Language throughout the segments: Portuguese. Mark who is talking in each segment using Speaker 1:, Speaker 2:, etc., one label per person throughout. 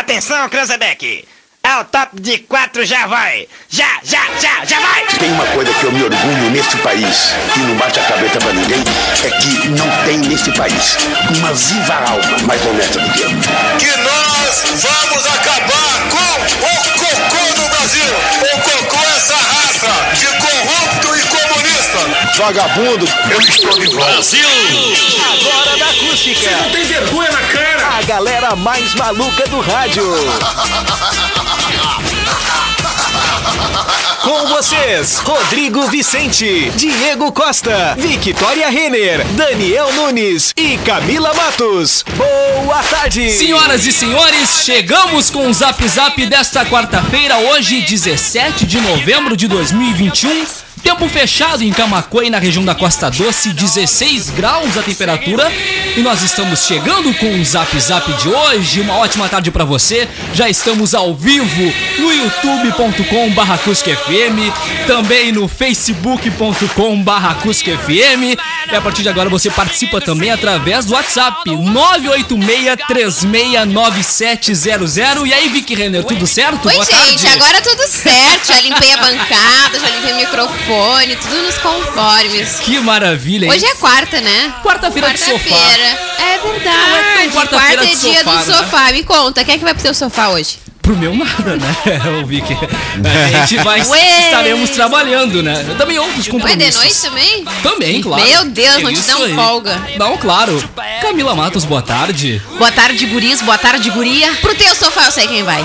Speaker 1: Atenção, Cranzebeck! Ao top de quatro já vai! Já, já, já, já vai!
Speaker 2: Tem uma coisa que eu me orgulho neste país, que não bate a cabeça pra ninguém, é que não tem neste país uma viva alma mais honesta do que eu.
Speaker 3: que nós vamos acabar com o cocô do Brasil. O cocô é essa raça de corrupto e comunista.
Speaker 2: Vagabundo, eu estou de volta.
Speaker 4: Agora da acústica. Você não tem vergonha na cara. A galera mais maluca do rádio. Com vocês, Rodrigo Vicente, Diego Costa, Victoria Renner, Daniel Nunes e Camila Matos. Boa tarde.
Speaker 5: Senhoras e senhores, chegamos com o Zap Zap desta quarta-feira, hoje 17 de novembro de 2021. Tempo fechado em Camacuã e na região da Costa Doce, 16 graus a temperatura. E nós estamos chegando com o Zap Zap de hoje. Uma ótima tarde pra você. Já estamos ao vivo no youtube.com FM, também no facebook.com FM. E a partir de agora você participa também através do WhatsApp 986369700. E aí, Vicky Renner, tudo certo?
Speaker 6: Oi, gente, agora tudo certo. Já limpei a bancada, já limpei o microfone, tudo nos conformes.
Speaker 5: Que maravilha, hein?
Speaker 6: Hoje é quarta, né?
Speaker 5: Quarta-feira de sofá.
Speaker 6: Quarta-feira. É
Speaker 5: Não é tão
Speaker 6: verdade.
Speaker 5: quarta-feira
Speaker 6: Quarta é
Speaker 5: de
Speaker 6: dia
Speaker 5: sofá,
Speaker 6: do
Speaker 5: né?
Speaker 6: sofá. Me conta, quem é que vai pro teu sofá hoje?
Speaker 5: Pro meu nada, né? Eu vi que a gente vai
Speaker 6: Ué.
Speaker 5: estaremos trabalhando, né? Também outros
Speaker 6: Vai de
Speaker 5: compromissos.
Speaker 6: noite também?
Speaker 5: Também, claro. É
Speaker 6: Meu Deus, não te
Speaker 5: Isso
Speaker 6: dão
Speaker 5: aí.
Speaker 6: folga.
Speaker 5: Não, claro. Camila Matos, boa tarde.
Speaker 7: Boa tarde, guris. Boa tarde, guria.
Speaker 6: Pro teu sofá eu sei quem vai.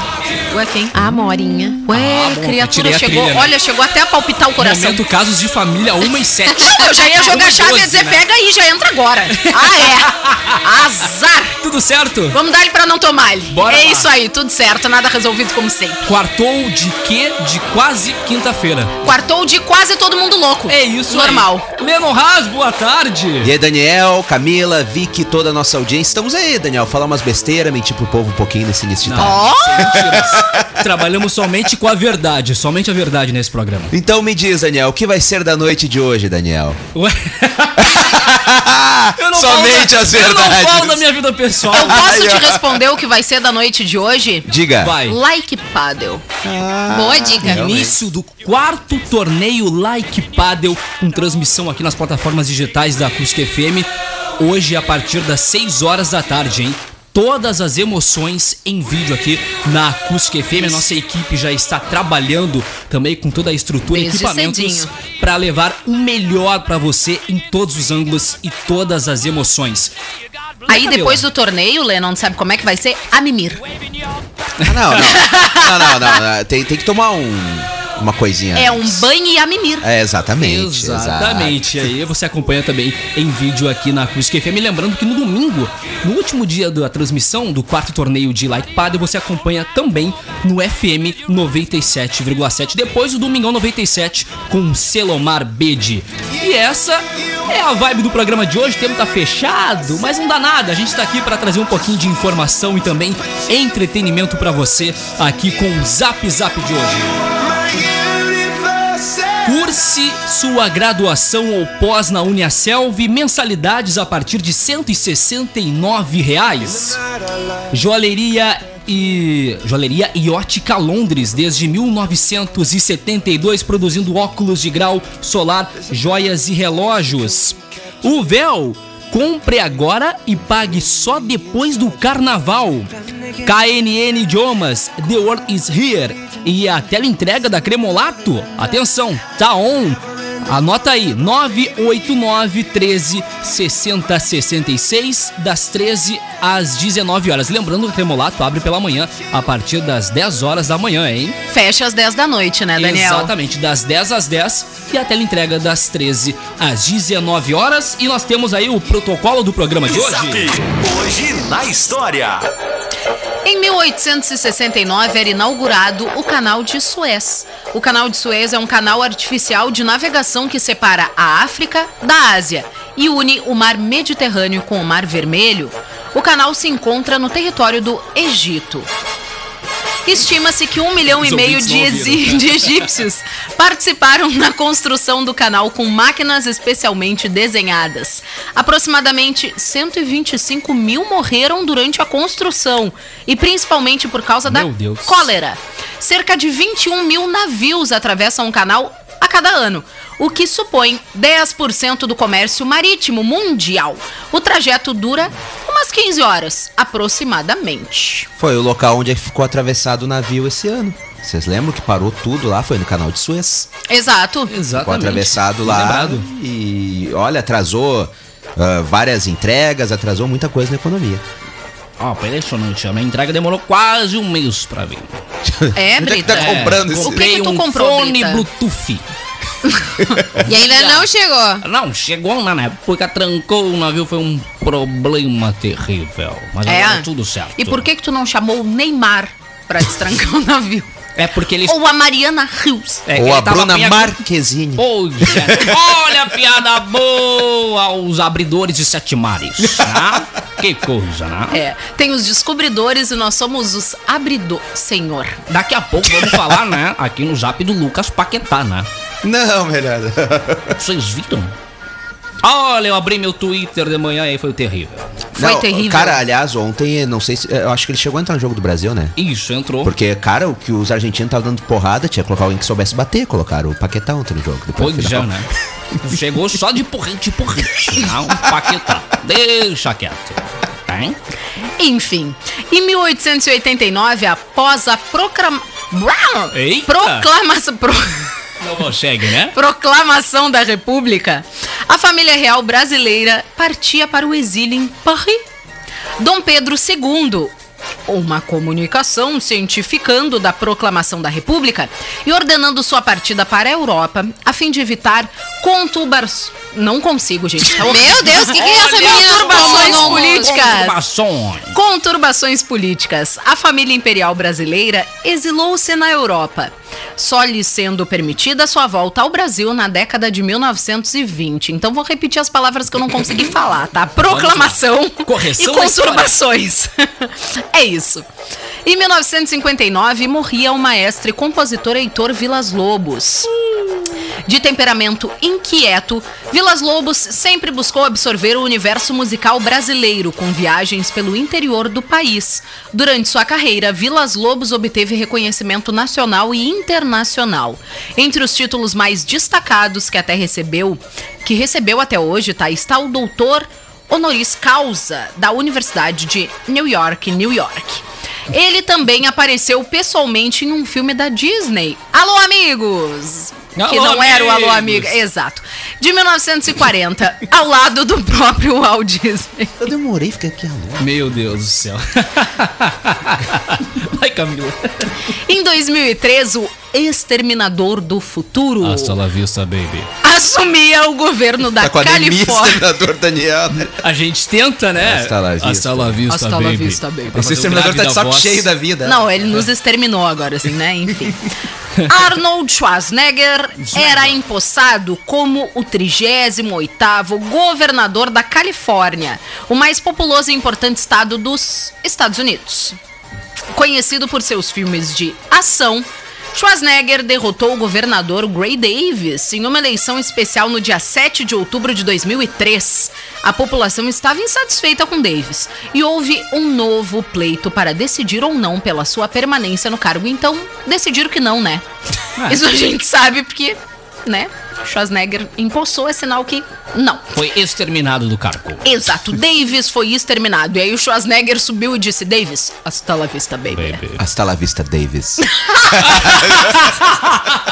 Speaker 7: Ué, quem?
Speaker 6: A Morinha.
Speaker 7: Ué,
Speaker 5: Ah, bom, tirei a
Speaker 7: criatura chegou.
Speaker 5: trilha, né?
Speaker 7: Olha, chegou até a palpitar o coração.
Speaker 5: Momento casos de família 1 e 7.
Speaker 7: Eu já ia jogar a chave e ia dizer,
Speaker 5: né?
Speaker 7: pega aí, já entra agora. Ah, é. Azar.
Speaker 5: Tudo certo?
Speaker 7: Vamos dar ele pra não tomar ele.
Speaker 5: Bora
Speaker 7: é
Speaker 5: lá.
Speaker 7: isso aí, tudo certo, nada resolvido como sempre.
Speaker 5: Quartou de quê? De quase quinta-feira.
Speaker 7: Quartou de quase todo mundo louco.
Speaker 5: É isso
Speaker 7: Normal.
Speaker 5: aí. Lennon Haas, boa tarde.
Speaker 8: E aí, Daniel, Camila, Vicky, toda a nossa audiência. Estamos aí, Daniel. Falar umas besteiras, mentir pro povo um pouquinho nesse início de tarde.
Speaker 5: Não, sem mentiras. Trabalhamos somente com a verdade, somente a verdade nesse programa.
Speaker 8: Então me diz, Daniel, o que vai ser da noite de hoje, Daniel?
Speaker 5: Ué, eu não falo
Speaker 8: Somente
Speaker 5: da-
Speaker 8: as
Speaker 5: Eu não falo
Speaker 8: verdades.
Speaker 5: da minha vida pessoal.
Speaker 7: Eu posso te responder o que vai ser da noite de hoje?
Speaker 8: Diga.
Speaker 5: Vai.
Speaker 7: Like paddle.
Speaker 5: Ah,
Speaker 6: Boa dica.
Speaker 5: Início do quarto torneio Like Padel, com transmissão aqui nas plataformas digitais da Acústica FM, hoje a partir das 6 horas da tarde, hein? Todas as emoções em vídeo aqui na Acústica FM. A nossa equipe já está trabalhando também com toda a estrutura e
Speaker 7: Desde
Speaker 5: equipamentos
Speaker 7: cedinho.
Speaker 5: para levar o melhor para você em todos os ângulos e todas as emoções.
Speaker 7: Aí depois
Speaker 5: Camila?
Speaker 7: do torneio, Lennon, sabe como é que vai ser? A mimir.
Speaker 8: Ah, não, não. Não, não, não, não. Tem, tem que tomar um, uma coisinha.
Speaker 7: É um
Speaker 8: antes.
Speaker 7: banho e a mimir.
Speaker 8: É, exatamente. exato.
Speaker 5: Exatamente. Aí você acompanha também em vídeo aqui na Acústica FM. Lembrando que no domingo, no último dia da transmissão do quarto torneio de Like Padre, você acompanha também no FM 97,7. Depois o Domingão 97 com Selomar Bede. E essa é a vibe do programa de hoje. O tempo tá fechado, mas não dá nada. A gente tá aqui para trazer um pouquinho de informação e também entretenimento para você aqui com o Zap Zap de hoje. Curse sua graduação ou pós na Uniaselv, mensalidades a partir de R$ 169 reais. Joalheria e Joalheria e Ótica Londres desde 1972 produzindo óculos de grau solar, joias e relógios. O véu Compre agora e pague só depois do carnaval. KNN Idiomas, The World is Here. E a tela entrega da Cremolato, atenção, tá on. Anota aí, 989 13 60 66, das 13 às 19 horas. Lembrando que o Tremolato abre pela manhã, a partir das 10 horas da manhã, hein?
Speaker 7: Fecha às 10 da noite, né, Daniel?
Speaker 5: Exatamente, das 10 às 10 e a tela entrega das 13 às 19 horas. E nós temos aí o protocolo do programa de hoje.
Speaker 4: Hoje na história.
Speaker 7: Em 1869 era inaugurado o Canal de Suez. O Canal de Suez é um canal artificial de navegação que separa a África da Ásia e une o Mar Mediterrâneo com o Mar Vermelho. O canal se encontra no território do Egito. Estima-se que um milhão
Speaker 5: Os
Speaker 7: e meio
Speaker 5: ouvintes
Speaker 7: de,
Speaker 5: não
Speaker 7: exi-
Speaker 5: ouviram.
Speaker 7: de egípcios participaram na construção do canal com máquinas especialmente desenhadas. Aproximadamente 125 mil morreram durante a construção e principalmente por causa da
Speaker 5: Meu Deus.
Speaker 7: cólera. Cerca de 21 mil navios atravessam o canal a cada ano, o que supõe 10% do comércio marítimo mundial. O trajeto dura umas 15 horas, aproximadamente.
Speaker 8: Foi o local onde ficou atravessado o navio esse ano. Vocês lembram que parou tudo lá? Foi no canal de Suez.
Speaker 7: Exato.
Speaker 8: Ficou
Speaker 5: Exatamente.
Speaker 8: atravessado
Speaker 5: Bem
Speaker 8: lá.
Speaker 5: lembrado.
Speaker 8: E olha, atrasou ah, várias entregas, atrasou muita coisa na economia.
Speaker 5: Ó, impressionante. A minha entrega demorou quase um mês pra vir.
Speaker 7: É,
Speaker 8: Onde é que
Speaker 7: Brita.
Speaker 8: tá comprando esse-
Speaker 7: O que, que
Speaker 5: Comprei
Speaker 7: tu
Speaker 5: um
Speaker 7: comprou,
Speaker 5: fone
Speaker 7: Brita?
Speaker 5: Bluetooth.
Speaker 6: E ainda não chegou.
Speaker 5: Não, chegou lá na época, trancou o navio, foi um problema terrível. Mas agora
Speaker 7: É.
Speaker 5: Tá tudo certo.
Speaker 7: E por que que tu não chamou o Neymar pra destrancar o navio?
Speaker 5: É porque eles.
Speaker 7: Ou a Mariana Rios?
Speaker 5: é,
Speaker 8: Ou
Speaker 5: ele
Speaker 8: a
Speaker 5: tava
Speaker 8: Bruna
Speaker 5: bem-
Speaker 8: Marquezine.
Speaker 5: Poxa, olha a piada boa aos abridores de sete mares, né? Que coisa, né?
Speaker 7: É, tem os descobridores e nós somos os abridor, senhor.
Speaker 5: Daqui a pouco vamos falar, né? Aqui no zap do Lucas Paquetá, né?
Speaker 8: Não, melhor.
Speaker 5: Vocês viram? Olha, eu abri meu Twitter de manhã e foi terrível.
Speaker 7: Foi terrível.
Speaker 8: Cara, aliás, ontem, não sei se. Eu acho que ele chegou a entrar no jogo do Brasil, né?
Speaker 5: Isso, entrou.
Speaker 8: Porque, cara, o que os argentinos estavam dando porrada, tinha que colocar alguém que soubesse bater, colocaram o Paquetá ontem no jogo. Depois
Speaker 5: Pois
Speaker 8: final.
Speaker 5: é, né? Chegou só de porrete, porrete. Não, Paquetá. Deixa quieto. tá, Hein?
Speaker 7: Enfim, em 1889, após a proclama...
Speaker 5: Eita!
Speaker 7: Proclamação... pro-
Speaker 5: Não consegue, né?
Speaker 7: proclamação da República, a família real brasileira partia para o exílio em Paris. Dom Pedro II, uma comunicação cientificando da proclamação da República e ordenando sua partida para a Europa a fim de evitar conturbações. Não consigo, gente. Tá horrível.
Speaker 6: Meu Deus, o que, que é essa
Speaker 7: Olha,
Speaker 6: menina?
Speaker 7: turbações
Speaker 6: Não, não, não.
Speaker 7: políticas.
Speaker 5: Conturbações.
Speaker 7: Conturbações políticas. A família imperial brasileira exilou-se na Europa, só lhe sendo permitida sua volta ao Brasil na década de 1920. Então vou repetir as palavras que eu não consegui falar, tá? Proclamação
Speaker 5: Correção
Speaker 7: e
Speaker 5: da história.
Speaker 7: conturbações. é isso. Em 1959 morria o maestro e compositor Heitor Vilas Lobos. De temperamento inquieto, Vilas Lobos sempre buscou absorver o universo musical brasileiro com viagens pelo interior do país. Durante sua carreira, Vilas Lobos obteve reconhecimento nacional e internacional. Entre os títulos mais destacados que até recebeu, que recebeu até hoje, tá, está o doutor honoris causa da Universidade de New York, New York. Ele também apareceu pessoalmente em um filme da Disney. Alô, amigos! que
Speaker 5: Alô,
Speaker 7: não era o Alô
Speaker 5: amigos.
Speaker 7: Amiga. Exato. De 1940, ao lado do próprio Walt Disney.
Speaker 8: Eu demorei, fiquei aqui aluno.
Speaker 5: Meu Deus do céu. Vai, Camila.
Speaker 7: Em 2003, o Exterminador do Futuro
Speaker 5: Hasta la vista, baby.
Speaker 7: assumia o governo da
Speaker 8: Tá com a Denise,
Speaker 7: Califórnia.
Speaker 8: senador Daniel. né?
Speaker 5: A gente tenta, né?
Speaker 8: Hasta la vista.
Speaker 5: Hasta la vista,
Speaker 7: Hasta la
Speaker 5: baby.
Speaker 7: vista, baby.
Speaker 5: Pra
Speaker 8: Esse
Speaker 5: fazer o
Speaker 8: exterminador
Speaker 5: grave
Speaker 8: tá de
Speaker 5: da
Speaker 8: saco
Speaker 5: voz.
Speaker 8: cheio da vida.
Speaker 7: Não, ele nos exterminou agora, assim, né? Enfim. Arnold Schwarzenegger era empossado como o 38º governador da Califórnia, o mais populoso e importante estado dos Estados Unidos. Conhecido por seus filmes de ação, Schwarzenegger derrotou o governador Gray Davis em uma eleição especial no dia 7 de outubro de 2003. A população estava insatisfeita com Davis e houve um novo pleito para decidir ou não pela sua permanência no cargo. Então, decidiram que não, né? Isso a gente sabe porque, né? Schwarzenegger impulsou, é sinal que não.
Speaker 5: Foi exterminado do cargo.
Speaker 7: Exato, Davis foi exterminado. E aí o Schwarzenegger subiu e disse: Davis, hasta la vista, baby.
Speaker 5: Baby.
Speaker 8: Hasta la vista, Davis.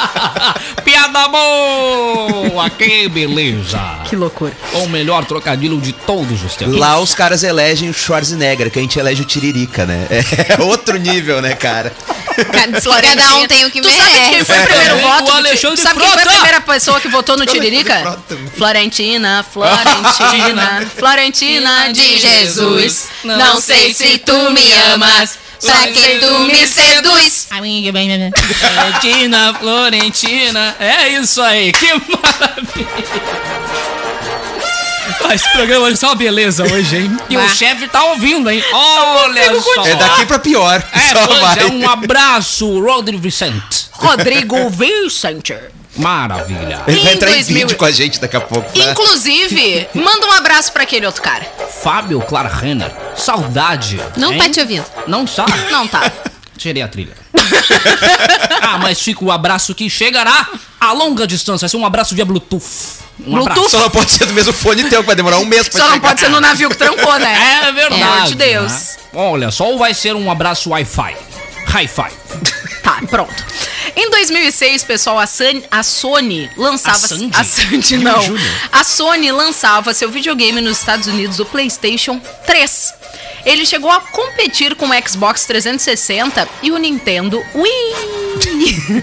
Speaker 5: Piada boa! Que beleza!
Speaker 7: Que loucura.
Speaker 5: O melhor trocadilho de todos os tempos.
Speaker 8: Lá os caras elegem o Schwarzenegger, que a gente elege o Tiririca, né? É outro nível, né, cara?
Speaker 6: Cada, cada um tem o que
Speaker 7: tu sabe quem
Speaker 6: merece.
Speaker 7: foi o primeiro
Speaker 5: É.
Speaker 7: voto?
Speaker 5: O
Speaker 7: do Ti-
Speaker 5: Alexandre
Speaker 7: sabe quem foi a
Speaker 5: Frota.
Speaker 7: primeira pessoa que votou no Tiririca?
Speaker 8: Frota.
Speaker 7: Florentina, Florentina, Florentina de Jesus. Não sei se tu me amas,
Speaker 6: pra quem tu me seduz.
Speaker 5: Florentina, Florentina. É isso aí, que maravilha! Ah, esse programa hoje é uma beleza hoje, hein? E
Speaker 6: Bah.
Speaker 5: o chefe tá ouvindo, hein? Olha só.
Speaker 8: É daqui pra pior.
Speaker 5: É,
Speaker 8: Só
Speaker 5: pois
Speaker 8: vai.
Speaker 5: é, um abraço, Rodrigo Vicente.
Speaker 7: Rodrigo Vicente.
Speaker 5: Maravilha.
Speaker 8: Ele vai
Speaker 7: Em
Speaker 8: entrar em
Speaker 7: 2000
Speaker 8: vídeo com a gente daqui a pouco,
Speaker 5: Né?
Speaker 8: tá?
Speaker 7: Inclusive, manda um abraço pra aquele outro cara.
Speaker 5: Fábio Clara Renner, saudade.
Speaker 6: Não
Speaker 5: hein?
Speaker 6: tá te ouvindo.
Speaker 5: Não tá?
Speaker 7: Não tá.
Speaker 5: Tirei a trilha. ah, mas fica o abraço que chegará a longa distância. Vai ser um abraço via Bluetooth. Um
Speaker 7: Bluetooth?
Speaker 8: Só não pode ser do mesmo fone teu, que vai demorar um mês pra
Speaker 7: Só não
Speaker 8: chegar.
Speaker 7: pode ser no navio que trancou, né?
Speaker 5: É verdade.
Speaker 7: Pelo amor de Deus.
Speaker 5: né? Olha, só vai ser um abraço Wi-Fi. Hi-Fi.
Speaker 7: Tá, pronto. Em 2006, pessoal, a, San- a Sony lançava...
Speaker 5: A Sandy?
Speaker 7: A Sandy, não. A Sony lançava seu videogame nos Estados Unidos, o PlayStation 3. Ele chegou a competir com o Xbox 360 e o Nintendo Wii.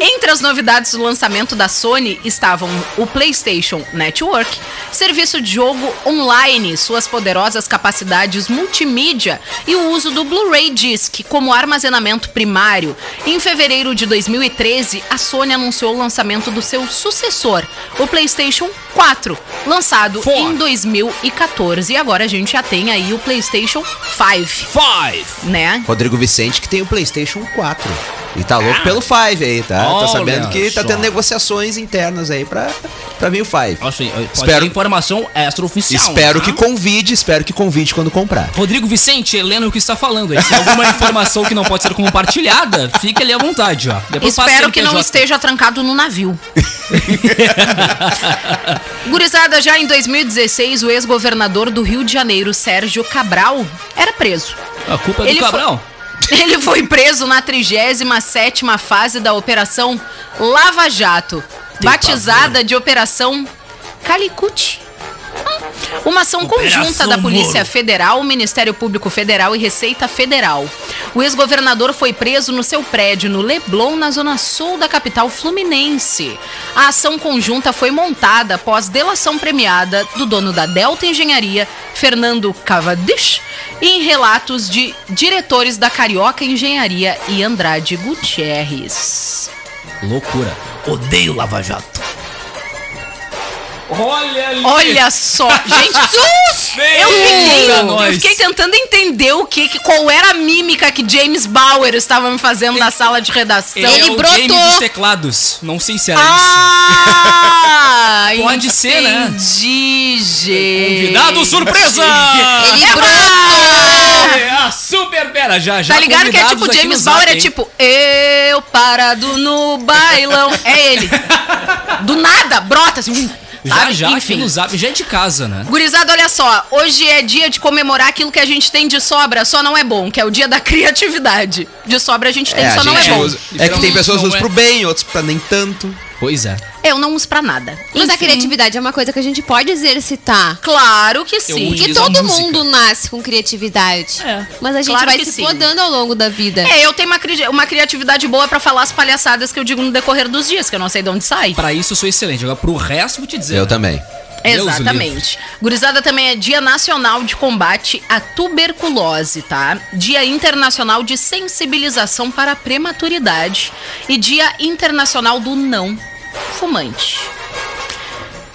Speaker 7: Entre as novidades do lançamento da Sony estavam o PlayStation Network, serviço de jogo online, suas poderosas capacidades multimídia e o uso do Blu-ray Disc como armazenamento primário. Em fevereiro de 2013, a Sony anunciou o lançamento do seu sucessor, o PlayStation 4, lançado
Speaker 5: Four.
Speaker 7: em 2014. E agora a gente já tem aí o PlayStation 5,
Speaker 5: Five.
Speaker 7: né?
Speaker 8: Rodrigo Vicente que tem o PlayStation 4. E tá louco pelo 5 aí, tá?
Speaker 5: Olha
Speaker 8: tá sabendo que tá
Speaker 5: só.
Speaker 8: tendo negociações internas aí pra, pra vir o 5.
Speaker 5: Nossa, eh, pode
Speaker 8: Espero-
Speaker 5: ser informação extraoficial.
Speaker 8: Espero
Speaker 5: né?
Speaker 8: que convide, espero que convide quando comprar.
Speaker 5: Rodrigo Vicente, Helena, o que está falando? aí? Se alguma informação que não pode ser compartilhada, fique ali à vontade, ó. Depois passa
Speaker 7: Espero
Speaker 5: o
Speaker 7: que não
Speaker 5: NPJ.
Speaker 7: esteja trancado no navio. Gurizada, já em 2016, o ex-governador do Rio de Janeiro, Sérgio Cabral, era preso.
Speaker 5: A culpa é do
Speaker 7: Ele foi-
Speaker 5: Cabral.
Speaker 7: Ele foi preso na 37ª fase da Operação Lava Jato, batizada de Operação Calicut. Uma ação
Speaker 5: Operação
Speaker 7: conjunta da Polícia
Speaker 5: Moro.
Speaker 7: Federal, Ministério Público Federal e Receita Federal. O ex-governador foi preso no seu prédio no Leblon, na zona sul da capital fluminense. A ação conjunta foi montada após delação premiada do dono da Delta Engenharia, Fernando Cavadish, e em relatos de diretores da Carioca Engenharia e Andrade Gutierrez.
Speaker 5: Loucura. Odeio Lava Jato. Olha ali.
Speaker 7: Olha só, gente, sus! Eu fiquei,
Speaker 5: Eita,
Speaker 7: eu
Speaker 5: nós.
Speaker 7: fiquei tentando entender o que, que- qual era a mímica que James Bauer estava me fazendo na sala de redação.
Speaker 5: Ele
Speaker 6: Ele
Speaker 5: é o
Speaker 6: brotou.
Speaker 5: game dos teclados. Não sei se era
Speaker 7: Ah,
Speaker 5: Pode ser, né?
Speaker 7: Entendi,
Speaker 5: isso.
Speaker 7: gente.
Speaker 5: Convidado surpresa!
Speaker 6: Ele
Speaker 7: Eba!
Speaker 5: É a super pera. Já, já
Speaker 7: Tá ligado que é tipo
Speaker 5: convidados aqui
Speaker 7: James
Speaker 5: no zap,
Speaker 7: Bauer, é
Speaker 5: hein?
Speaker 7: tipo, eu parado no bailão. É ele. Do nada, brota assim.
Speaker 5: Já,
Speaker 7: sabe?
Speaker 5: já, aqui
Speaker 7: Enfim.
Speaker 5: no zap, já é de casa, né?
Speaker 7: Gurizada, olha só, hoje é dia de comemorar aquilo que a gente tem de sobra, só não é bom, que é o dia da criatividade. De sobra a gente tem,
Speaker 8: a
Speaker 7: só não é
Speaker 8: gente
Speaker 7: bom.
Speaker 8: usa- é que tem pessoas que
Speaker 5: Não
Speaker 8: usam
Speaker 5: é.
Speaker 8: pro bem, outros pra nem tanto.
Speaker 5: Pois é.
Speaker 7: Eu não uso pra nada.
Speaker 6: Mas a
Speaker 7: Enfim,
Speaker 6: criatividade é uma coisa que a gente pode exercitar.
Speaker 7: Claro que sim.
Speaker 5: uso
Speaker 6: Porque
Speaker 5: Utiliza
Speaker 6: todo
Speaker 5: a música.
Speaker 6: mundo nasce com criatividade. Mas a gente
Speaker 7: Claro
Speaker 6: vai
Speaker 7: que
Speaker 6: se
Speaker 7: sim.
Speaker 6: podando ao longo da vida.
Speaker 7: É, eu tenho uma, cri- uma criatividade boa pra falar as palhaçadas que eu digo no decorrer dos dias, que eu não sei de onde sai.
Speaker 5: Pra isso eu sou excelente. Agora, pro resto, vou te dizer.
Speaker 8: Eu
Speaker 5: né?
Speaker 8: também.
Speaker 5: Deus
Speaker 7: Exatamente. Gurizada também é Dia Nacional de Combate à Tuberculose, tá? Dia Internacional de Sensibilização para a Prematuridade e Dia Internacional do Não Fumante.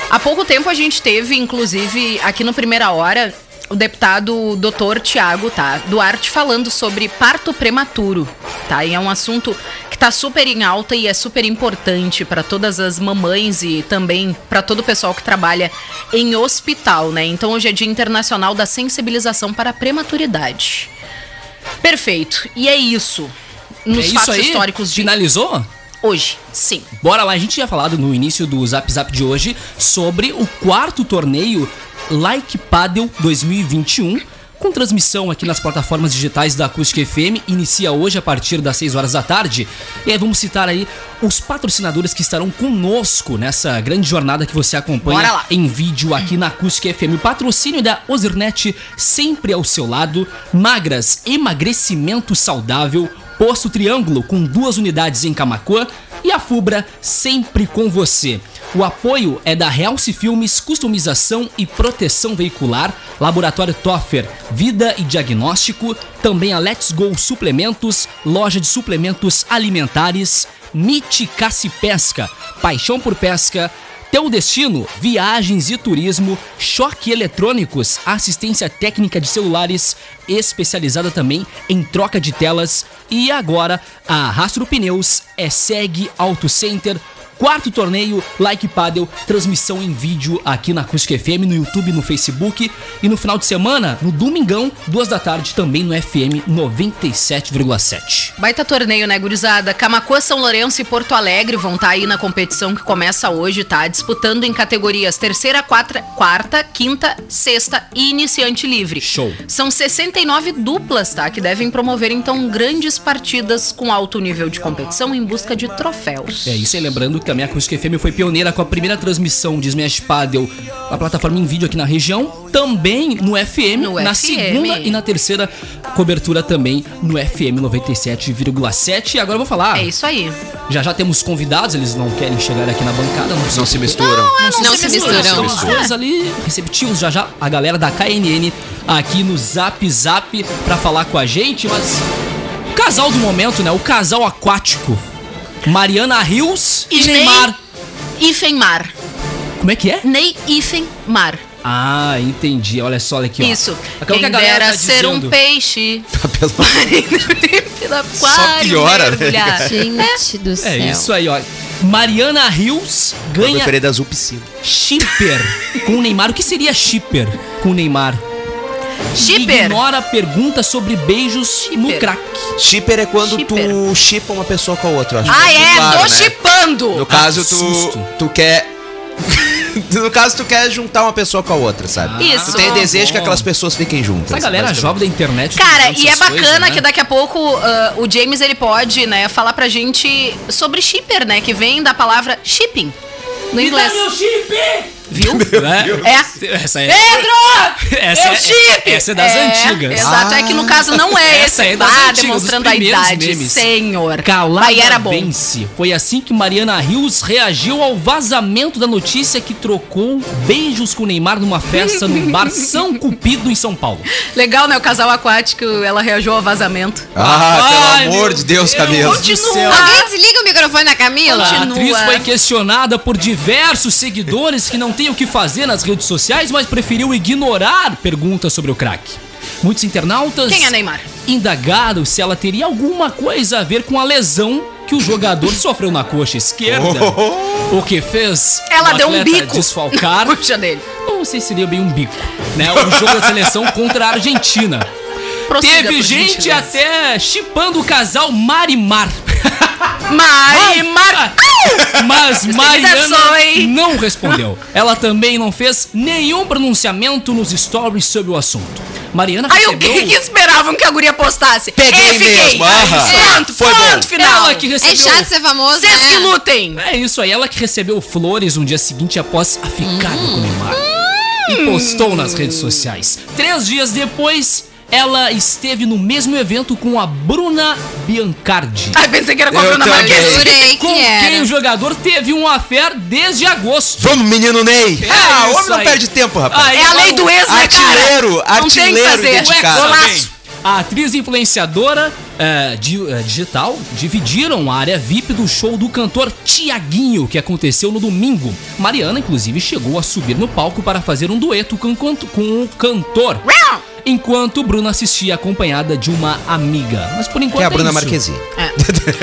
Speaker 7: Há pouco tempo a gente teve, inclusive, aqui no Primeira Hora, o deputado Dr. Tiago tá, Duarte falando sobre parto prematuro, tá? E é um assunto que tá super em alta e é super importante para todas as mamães e também para todo o pessoal que trabalha em hospital, né? Então hoje é Dia Internacional da Sensibilização para a Prematuridade. Perfeito. E é isso. Nos
Speaker 5: é isso
Speaker 7: fatos
Speaker 5: aí?
Speaker 7: históricos de
Speaker 5: Finalizou?
Speaker 7: hoje, sim.
Speaker 5: Bora lá, a gente tinha falado no início do Zap Zap de hoje sobre o quarto torneio Like Padel 2021. Com transmissão aqui nas plataformas digitais da Acústica FM, inicia hoje a partir das 6 horas da tarde. E aí vamos citar aí os patrocinadores que estarão conosco nessa grande jornada que você
Speaker 7: Bora
Speaker 5: acompanha
Speaker 7: lá.
Speaker 5: em vídeo aqui na Acústica FM. O patrocínio da Ozirnet sempre ao seu lado. Magras, emagrecimento saudável. Posto Triângulo, com duas unidades em Camacuã. E a Fubra, sempre com você. O apoio é da Realce Filmes, customização e proteção veicular. Laboratório Toffer, vida e diagnóstico. Também a Let's Go Suplementos, loja de suplementos alimentares. Mite Casse Pesca, paixão por pesca. Teu destino, viagens e turismo, choque eletrônicos, assistência técnica de celulares, especializada também em troca de telas. E agora, a Rastro Pneus é SEG Auto Center, quarto torneio Like Paddle, transmissão em vídeo aqui na Acústica FM, no YouTube, no Facebook. E no final de semana, no domingão, duas da tarde, também no FM 97,7.
Speaker 7: Baita torneio, né, gurizada? Camacuã, São Lourenço e Porto Alegre vão estar aí na competição que começa hoje, tá? Disputando em categorias terceira, quatra- quarta, quinta, sexta e iniciante livre.
Speaker 5: Show.
Speaker 7: São 69 duplas, tá? Que devem promover, então, grandes partidas com alto nível de competição em busca de troféus.
Speaker 5: É isso aí, lembrando que a minha Acústica FM foi pioneira com a primeira transmissão de Smash Paddle, a plataforma em vídeo aqui na região, também no FM,
Speaker 7: No
Speaker 5: na
Speaker 7: FM.
Speaker 5: segunda e na terceira cobertura também no FM 97,7. E agora eu vou falar,
Speaker 7: É isso aí.
Speaker 5: já já temos convidados, eles não querem chegar aqui na bancada, não
Speaker 8: Não se misturam.
Speaker 6: Não, se misturam.
Speaker 5: Estamos todos ali receptivos já já a galera da KNN aqui no Zap Zap pra falar com a gente, mas o casal do momento, né? O casal aquático. Mariana Rios e,
Speaker 7: E
Speaker 5: Neymar.
Speaker 7: Ifenmar.
Speaker 5: Como é que é?
Speaker 7: Ney Ifenmar.
Speaker 5: Ah, entendi. Olha só olha aqui, ó.
Speaker 7: Isso.
Speaker 5: Acabou que a
Speaker 7: Quem
Speaker 5: galera
Speaker 7: dera
Speaker 5: tá
Speaker 7: ser
Speaker 5: dizendo.
Speaker 7: um peixe.
Speaker 8: Pelo amor
Speaker 7: Só
Speaker 8: piora, né?
Speaker 7: É.
Speaker 6: Gente do céu.
Speaker 5: É isso aí, ó. Mariana Rios
Speaker 8: de
Speaker 5: ganha
Speaker 8: Deus, da Azul Piscina.
Speaker 5: shipper com o Neymar. O que seria shipper com o Neymar?
Speaker 7: Shipper.
Speaker 5: Ignora a pergunta sobre beijos no
Speaker 7: Shipper.
Speaker 5: crack.
Speaker 8: Shipper é quando tu
Speaker 7: Shipper.
Speaker 8: chipa uma pessoa com a outra. eu acho.
Speaker 7: Ah, é?
Speaker 8: Claro,
Speaker 7: tô
Speaker 8: né?
Speaker 7: chipando!
Speaker 8: No caso,
Speaker 5: que
Speaker 8: tu,
Speaker 5: susto.
Speaker 8: tu quer. no caso, tu quer juntar uma pessoa com a outra, sabe?
Speaker 7: Isso.
Speaker 8: Tu tem desejo que
Speaker 5: bom.
Speaker 8: aquelas pessoas fiquem juntas.
Speaker 5: Essa galera
Speaker 8: basicamente.
Speaker 5: jovem da internet. tá
Speaker 7: Cara,
Speaker 5: fazendo
Speaker 7: e é
Speaker 5: essas coisas,
Speaker 7: bacana
Speaker 5: né?
Speaker 7: que daqui a pouco ah, o James ele pode, né, falar pra gente sobre shipper, né? Que vem da palavra shipping no inglês. Viu?
Speaker 5: Né?
Speaker 7: um É.
Speaker 5: Essa é.
Speaker 7: Pedro!
Speaker 5: Essa
Speaker 7: é
Speaker 5: é-
Speaker 7: o chip!
Speaker 5: essa é das antigas.
Speaker 7: Exato, é que no caso não é
Speaker 5: Essa
Speaker 7: esse.
Speaker 5: é das
Speaker 7: ah,
Speaker 5: antigas,
Speaker 7: demonstrando
Speaker 5: dos
Speaker 7: a
Speaker 5: primeiros
Speaker 7: idade,
Speaker 5: memes.
Speaker 7: senhor.
Speaker 5: Calada
Speaker 7: Mas era bom.
Speaker 5: vence. Foi assim que Mariana Rios reagiu ao vazamento da notícia que trocou beijos com Neymar numa festa no bar São Cupido em São Paulo.
Speaker 7: Legal, né? O casal aquático, ela reagiu ao vazamento.
Speaker 8: Ah,
Speaker 5: Ai,
Speaker 8: pelo amor
Speaker 5: meu
Speaker 8: de Deus, Camila.
Speaker 7: Continua.
Speaker 6: Alguém desliga o microfone da Camila.
Speaker 5: A
Speaker 7: Continua.
Speaker 5: atriz foi questionada por diversos seguidores que não têm o que fazer nas redes sociais, mas preferiu ignorar perguntas sobre o crack. Muitos internautas
Speaker 7: Quem é Neymar?
Speaker 5: indagaram se ela teria alguma coisa a ver com a lesão que o jogador sofreu na coxa esquerda. O que fez
Speaker 7: Ela
Speaker 5: o
Speaker 7: deu um
Speaker 5: atleta
Speaker 7: bico.
Speaker 5: desfalcar.
Speaker 7: Puxa dele.
Speaker 5: Não sei se seria bem um bico, né? O jogo da seleção contra a Argentina.
Speaker 7: Prossiga,
Speaker 5: Teve
Speaker 7: por
Speaker 5: gente
Speaker 7: gentileza.
Speaker 5: até chipando o casal Marimar.
Speaker 7: Mari, Mar...
Speaker 8: Ah!
Speaker 5: Mas
Speaker 7: é
Speaker 5: Mariana
Speaker 7: imitações.
Speaker 5: não respondeu. Ela também não fez nenhum pronunciamento nos stories sobre o assunto. Mariana
Speaker 7: Aí o
Speaker 5: recebeu...
Speaker 7: que, que esperavam que a guria postasse?
Speaker 8: um. Peguei
Speaker 7: Eu fiquei.
Speaker 8: mesmo, aham.
Speaker 7: Pronto,
Speaker 8: Foi
Speaker 7: pronto,
Speaker 8: bom.
Speaker 7: final.
Speaker 5: Ela que
Speaker 6: É
Speaker 5: recebeu...
Speaker 6: chato ser famoso,
Speaker 7: Vocês que
Speaker 6: né?
Speaker 7: lutem.
Speaker 5: É isso aí, ela que recebeu flores no dia seguinte após a ficada com o Neymar. E postou nas redes sociais. Três dias depois, ela esteve no mesmo evento com a Bruna Biancardi.
Speaker 7: Ai, pensei que era com a
Speaker 8: Eu
Speaker 7: Bruna
Speaker 8: também.
Speaker 7: Marquezine.
Speaker 6: Jurei
Speaker 5: Com
Speaker 6: que
Speaker 5: quem o
Speaker 6: era.
Speaker 5: jogador teve um affair desde agosto.
Speaker 8: Vamos, menino Ney! ah, o
Speaker 5: é isso
Speaker 8: homem não
Speaker 5: aí. Ah,
Speaker 8: perde tempo, rapaz.
Speaker 5: Aí
Speaker 7: É a
Speaker 5: agora
Speaker 7: lei
Speaker 5: o-
Speaker 7: do ex, né, cara?
Speaker 8: Artilheiro,
Speaker 7: Não tem o que
Speaker 8: artilheiro
Speaker 7: fazer.
Speaker 8: dedicado.
Speaker 7: Golaço.
Speaker 5: A atriz e influenciadora eh, di- eh, digital dividiram a área VIP do show do cantor Tiaguinho, que aconteceu no domingo. Mariana, inclusive, chegou a subir no palco para fazer um dueto com, com- com o cantor. Enquanto Bruna assistia acompanhada de uma amiga. Mas por enquanto
Speaker 8: Que é a Bruna
Speaker 5: isso.
Speaker 8: Marquezine.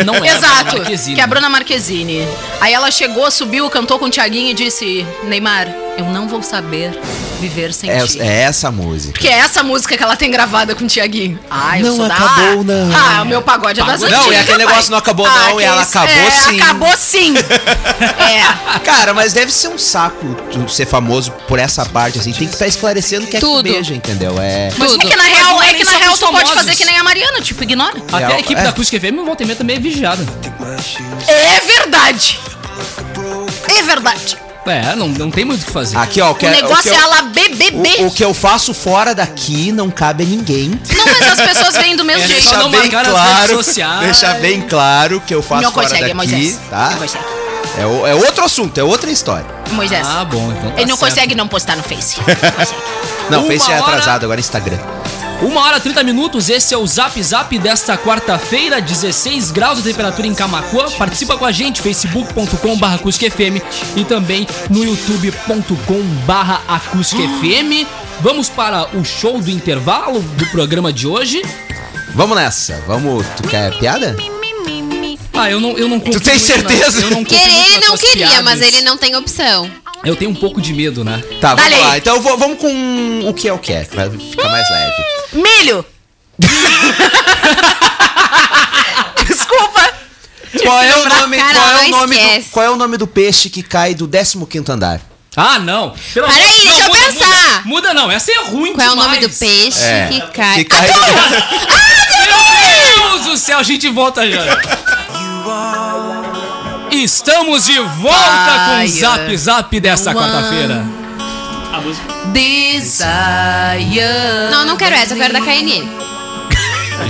Speaker 5: Não é a Bruna
Speaker 7: Exato,
Speaker 5: Marquezine.
Speaker 7: que é a Bruna Marquezine. Aí ela chegou, subiu, cantou com o Thiaguinho e disse: Neymar, eu não vou saber viver sem
Speaker 8: É,
Speaker 7: ti.
Speaker 8: é essa a música.
Speaker 7: Porque é essa música que ela tem gravada com o Thiaguinho. Ah, eu
Speaker 8: Não
Speaker 7: sou da.
Speaker 8: acabou, não.
Speaker 7: Ah, o meu pagode é das
Speaker 8: Não,
Speaker 7: antigas.
Speaker 8: e aquele
Speaker 7: pai.
Speaker 8: negócio não acabou, não,
Speaker 7: que
Speaker 8: e ela
Speaker 7: isso.
Speaker 8: acabou
Speaker 7: é,
Speaker 8: sim.
Speaker 7: Acabou sim. é.
Speaker 8: Cara, mas deve ser um saco tu ser famoso por essa parte, assim. Tem que estar esclarecendo que é
Speaker 6: Tudo.
Speaker 8: que beija, entendeu? É.
Speaker 7: Mas é
Speaker 6: Tudo.
Speaker 7: que na
Speaker 5: não
Speaker 7: real,
Speaker 5: é
Speaker 7: é
Speaker 5: nem
Speaker 7: que na
Speaker 5: só
Speaker 7: real
Speaker 5: pros
Speaker 7: tu pode
Speaker 5: famosos.
Speaker 7: fazer que nem a Mariana, tipo, ignora.
Speaker 5: Até a
Speaker 8: É,
Speaker 5: equipe
Speaker 8: é.
Speaker 5: da Acústica FM volta e meia também é vigiada.
Speaker 7: É verdade. É verdade.
Speaker 5: É, não, não tem muito o que fazer.
Speaker 8: Aqui, ó, o que
Speaker 7: o
Speaker 8: é-
Speaker 7: negócio
Speaker 8: que
Speaker 7: é
Speaker 8: eu-
Speaker 7: ela BBB.
Speaker 8: o, o que eu faço fora daqui não cabe a ninguém.
Speaker 7: Não, mas as pessoas vêm do mesmo
Speaker 5: É
Speaker 7: jeito.
Speaker 5: só não marcar as redes sociais.
Speaker 8: deixar bem claro que eu faço
Speaker 7: Não
Speaker 8: fora
Speaker 7: consegue,
Speaker 8: daqui,
Speaker 7: Moisés.
Speaker 8: tá?
Speaker 7: Não consegue.
Speaker 8: É, o- é outro assunto, é outra história.
Speaker 7: Moisés.
Speaker 5: Ah, bom, então tá
Speaker 7: Ele não
Speaker 5: certo.
Speaker 7: consegue não postar no Face.
Speaker 8: Não,
Speaker 5: Uma
Speaker 8: fez é
Speaker 5: hora-
Speaker 8: atrasado, agora é Instagram.
Speaker 5: Uma hora e 30 minutos, esse é o Zap Zap desta quarta-feira, 16 graus de temperatura em Camacuã. Participa com a gente, facebook.com barra e também no youtube.com barra Vamos para o show do intervalo do programa de hoje.
Speaker 8: Vamos nessa. Vamos. Tu quer piada?
Speaker 5: Ah, eu não, eu não confio
Speaker 8: tem
Speaker 5: muito
Speaker 8: certeza?
Speaker 5: nas- eu não confio
Speaker 6: Querer
Speaker 5: muito
Speaker 6: ele
Speaker 5: nas
Speaker 6: não
Speaker 5: suas
Speaker 6: queria,
Speaker 5: piadas.
Speaker 6: mas ele não tem opção.
Speaker 5: Eu tenho um pouco de medo, né?
Speaker 8: Tá, vamos
Speaker 7: Dale aí.
Speaker 8: lá. Então eu vou- vamos com o que é o que é, pra ficar mais leve.
Speaker 7: Milho! Desculpa!
Speaker 8: Qual é o
Speaker 6: lembrar.
Speaker 8: nome,
Speaker 6: Cara,
Speaker 8: qual é o
Speaker 6: não
Speaker 8: nome do,
Speaker 6: esquece.
Speaker 8: qual é o nome do peixe que cai do 15º andar?
Speaker 5: Ah, não. Pelo
Speaker 6: Para
Speaker 5: amor- não,
Speaker 6: aí, deixa eu
Speaker 5: muda,
Speaker 6: pensar.
Speaker 5: Muda, muda não, essa é ruim
Speaker 6: Qual é o
Speaker 5: demais.
Speaker 6: nome do peixe
Speaker 8: É.
Speaker 6: que cai?
Speaker 8: Que cai
Speaker 5: Meu Deus do céu, a gente volta já. Estamos de volta com o
Speaker 7: Fire.
Speaker 5: Zap Zap desta
Speaker 7: One.
Speaker 5: quarta-feira.
Speaker 7: Desire.
Speaker 6: Ah, Não, não quero essa, eu quero da KNN.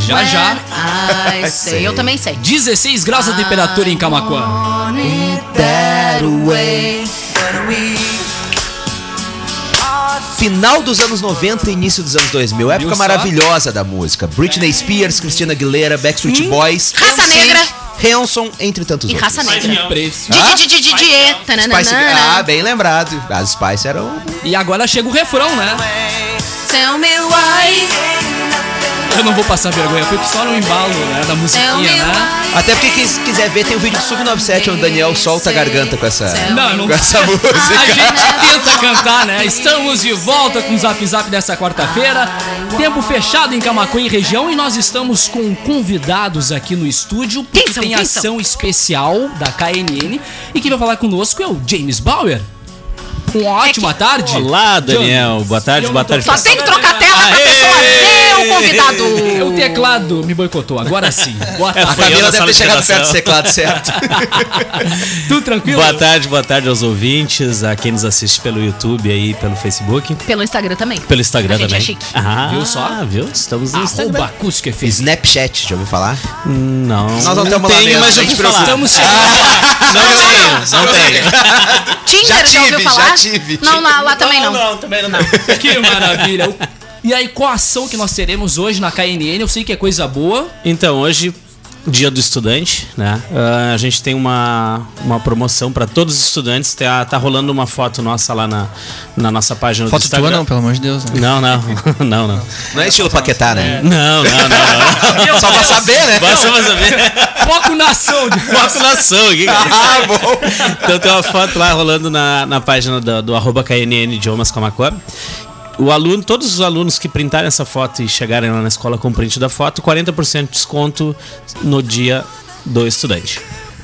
Speaker 5: Já já.
Speaker 7: Ai, sei. Eu também sei.
Speaker 5: 16 graus a temperatura em Camacuã.
Speaker 8: Final dos anos 90 e início dos anos 2000. Época
Speaker 5: só?
Speaker 8: maravilhosa da música. Britney Spears, Christina Aguilera, Backstreet Boys.
Speaker 7: Raça
Speaker 8: Hanson,
Speaker 7: Negra.
Speaker 8: Hanson, entre tantos
Speaker 7: E
Speaker 8: outros.
Speaker 7: raça negra.
Speaker 5: Preço.
Speaker 8: Ah?
Speaker 7: Di, di, di, di, di. Tananana.
Speaker 8: Spice- Ah, bem lembrado. As Spice eram...
Speaker 5: E agora chega o refrão, né?
Speaker 7: Tell me why.
Speaker 5: Eu não vou passar vergonha, foi só no embalo, né? Da
Speaker 7: Tell me
Speaker 5: musiquinha, né?
Speaker 7: why.
Speaker 8: Até porque quem quiser ver, tem um vídeo do Sub-97 onde o Daniel solta a garganta com essa,
Speaker 5: Não, eu não-
Speaker 8: com essa
Speaker 5: A
Speaker 8: música.
Speaker 5: gente tenta cantar, né? Estamos de volta com o Zap Zap dessa quarta-feira. Tempo fechado em Camacuã e região e nós estamos com convidados aqui no estúdio porque
Speaker 7: Quem são?
Speaker 5: tem
Speaker 7: Quem
Speaker 5: ação especial da KNN e quem vai falar conosco é o James Bauer. Uma ótima tarde.
Speaker 9: Olá, Daniel. Boa tarde, boa tarde.
Speaker 7: É Só tem que trocar a tela pra pessoa ver o convidado.
Speaker 5: É O teclado me boicotou, agora sim. Boa
Speaker 8: A
Speaker 5: tarde.
Speaker 9: Foi eu
Speaker 8: Camila
Speaker 9: na
Speaker 8: deve
Speaker 9: sala
Speaker 8: ter
Speaker 9: de
Speaker 8: chegado perto
Speaker 9: redação.
Speaker 8: do teclado, certo?
Speaker 5: Tudo tranquilo?
Speaker 9: Boa tarde, boa tarde aos ouvintes, a quem nos assiste pelo YouTube aí, pelo Facebook,
Speaker 7: Pelo Instagram também.
Speaker 9: pelo Instagram
Speaker 7: A gente
Speaker 9: também.
Speaker 7: é chique.
Speaker 9: Ah,
Speaker 5: Viu só? Ah,
Speaker 9: Viu? Estamos no
Speaker 5: Arroba
Speaker 9: Instagram.
Speaker 5: Acústica FM.
Speaker 8: Snapchat, já ouviu falar?
Speaker 9: Não.
Speaker 8: Nós não temos lá
Speaker 9: tenho,
Speaker 8: mesmo,
Speaker 9: mas eu
Speaker 8: a gente
Speaker 9: vou falar. Ah,
Speaker 5: Estamos chegando.
Speaker 9: Não tenho, não tenho.
Speaker 7: Tinder,
Speaker 8: Já
Speaker 7: já, ouviu
Speaker 8: tive, já
Speaker 7: falar?
Speaker 8: tive.
Speaker 7: Não, lá, lá também não.
Speaker 9: também não.
Speaker 5: Que maravilha. O- E aí, qual a ação que nós teremos hoje na KNN? Eu sei que é coisa boa.
Speaker 9: Então, hoje, dia do estudante, né? Ah, a gente tem uma, uma promoção para todos os estudantes. Tá, tá rolando uma foto nossa lá na, na nossa página do
Speaker 10: Foto tua
Speaker 9: Instagram.
Speaker 10: não, pelo amor de Deus. né?
Speaker 9: Não, não, não, não.
Speaker 8: Não é estilo Paquetá, né?
Speaker 9: Não, não, não. não.
Speaker 8: Só pra saber, né?
Speaker 9: Basta pra saber.
Speaker 5: Foco na ação.
Speaker 9: Foto na ação, que que é isso?
Speaker 8: Ah, bom.
Speaker 9: Então tem uma foto lá rolando na, na página do, do arroba KNN Idiomas Camacuã. O aluno, todos os alunos que printarem essa foto e chegarem lá na escola com o print da foto, 40% de desconto no dia do estudante.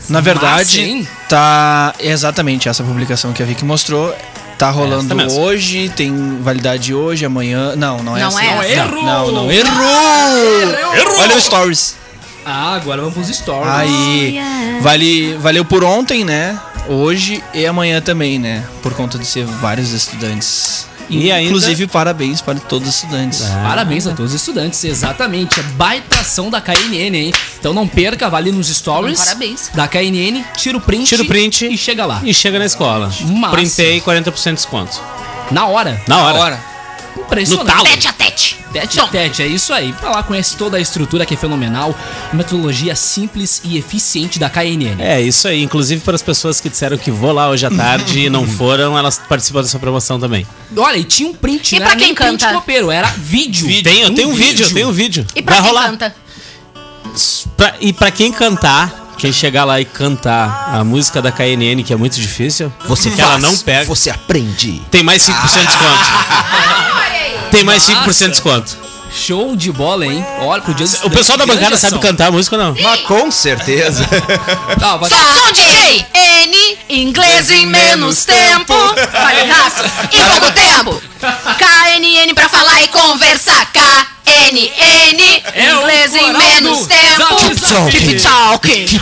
Speaker 10: Na
Speaker 5: Mas,
Speaker 10: verdade,
Speaker 5: hein?
Speaker 10: tá exatamente essa publicação que a Vicky mostrou. Tá rolando
Speaker 5: é
Speaker 9: mesmo.
Speaker 10: hoje, tem validade hoje, amanhã. Não, não é
Speaker 7: Não
Speaker 10: essa.
Speaker 7: é essa.
Speaker 5: assim.
Speaker 10: Não, não, não. Errou! Olha o Stories.
Speaker 5: Ah, agora vamos pros stories.
Speaker 10: Aí, vale, valeu por ontem, né? Hoje e amanhã também, né? Por conta de ser vários estudantes.
Speaker 9: E ainda-
Speaker 10: Inclusive, parabéns para todos os estudantes.
Speaker 8: É.
Speaker 9: Ah.
Speaker 5: Parabéns a todos os estudantes, exatamente. É baita ação da KNN, hein? Então não perca, vale nos stories.
Speaker 7: Parabéns.
Speaker 5: Da KNN, tira o print.
Speaker 9: Tira o print
Speaker 5: e chega lá.
Speaker 9: E chega na escola.
Speaker 5: Massa.
Speaker 9: Printei 40% de desconto.
Speaker 5: Na hora.
Speaker 9: Na hora.
Speaker 5: Impressionante.
Speaker 9: No talo.
Speaker 7: Tete a tete.
Speaker 5: Tete a tete, é isso aí. Pra lá conhece toda a estrutura que é fenomenal, metodologia simples e eficiente da KNN.
Speaker 9: É, isso aí. Inclusive para as pessoas que disseram que vou lá hoje à tarde e não foram, elas participam dessa promoção também.
Speaker 5: Olha, e tinha um print,
Speaker 7: E
Speaker 5: não
Speaker 7: pra
Speaker 5: era nem
Speaker 7: quem
Speaker 5: print
Speaker 7: canta?
Speaker 5: copeiro, era vídeo.
Speaker 9: Tem, eu tenho um vídeo, eu tenho um vídeo.
Speaker 7: E pra
Speaker 9: Vai
Speaker 7: quem
Speaker 9: rolar.
Speaker 7: canta?
Speaker 9: Pra- e pra quem cantar, quem chegar lá e cantar a música da KNN, que é muito difícil,
Speaker 8: Você
Speaker 9: que ela
Speaker 8: faz,
Speaker 9: não pega,
Speaker 8: você aprende.
Speaker 9: tem mais 5% de desconto. Tem mais 5% de desconto.
Speaker 5: Show de bola, hein? Olha pro dia do
Speaker 9: um- O pessoal da
Speaker 5: grande
Speaker 9: bancada
Speaker 5: ação.
Speaker 9: sabe cantar a música ou não?
Speaker 8: Mas Ah, com certeza.
Speaker 5: Tá, vai-
Speaker 7: Som DJ! N, inglês em menos tempo. Vale raça, em pouco tempo. KNN pra falar e conversar. KNN,
Speaker 5: É o
Speaker 7: inglês em
Speaker 5: coral
Speaker 7: menos
Speaker 5: do Zap
Speaker 7: tempo.
Speaker 5: Zap.
Speaker 7: Tip talk.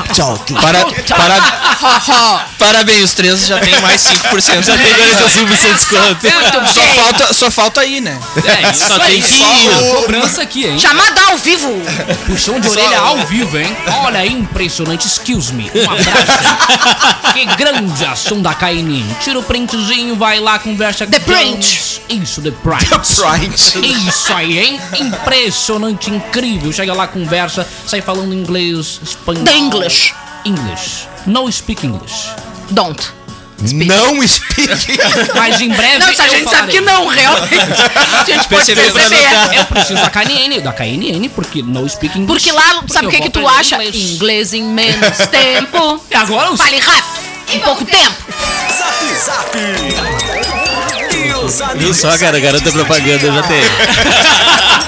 Speaker 8: Talk.
Speaker 10: Para, para, parabéns, os três já tem mais 5%.
Speaker 9: Já tem 45% de desconto.
Speaker 10: Só falta, só falta aí, né?
Speaker 5: É, isso
Speaker 9: Só
Speaker 5: aí,
Speaker 9: tem que
Speaker 5: só
Speaker 9: ir.
Speaker 5: uma cobrança aqui, hein?
Speaker 7: Chamada ao vivo.
Speaker 5: Puxão de orelha ao vivo, hein? Olha, impressionante, excuse me. Um abraço. que grande ação da Kainin. Tira o printzinho, vai lá, conversa
Speaker 7: The
Speaker 5: com
Speaker 7: print.
Speaker 5: Isso, the print.
Speaker 8: Print.
Speaker 5: Isso aí, hein? impressionante, incrível. Chega lá, conversa, sai falando inglês, espanhol.
Speaker 7: The English.
Speaker 5: English. No speak English.
Speaker 7: Don't.
Speaker 8: Não speak.
Speaker 5: Mas em breve.
Speaker 7: Não, isso a
Speaker 5: É, eu
Speaker 7: gente sabe
Speaker 5: falarei.
Speaker 7: que não, realmente. A gente pode
Speaker 10: Percebeu,
Speaker 7: perceber.
Speaker 5: Eu preciso da KNN, da KNN, porque no speak English.
Speaker 7: Porque lá, sabe o que,
Speaker 5: eu
Speaker 7: que
Speaker 5: vou
Speaker 7: tu
Speaker 5: aprender
Speaker 7: acha? Inglês. em menos tempo.
Speaker 5: E agora os
Speaker 7: Fale rápido, em pouco tempo.
Speaker 9: Viu só, cara? Garota propaganda eu já tem.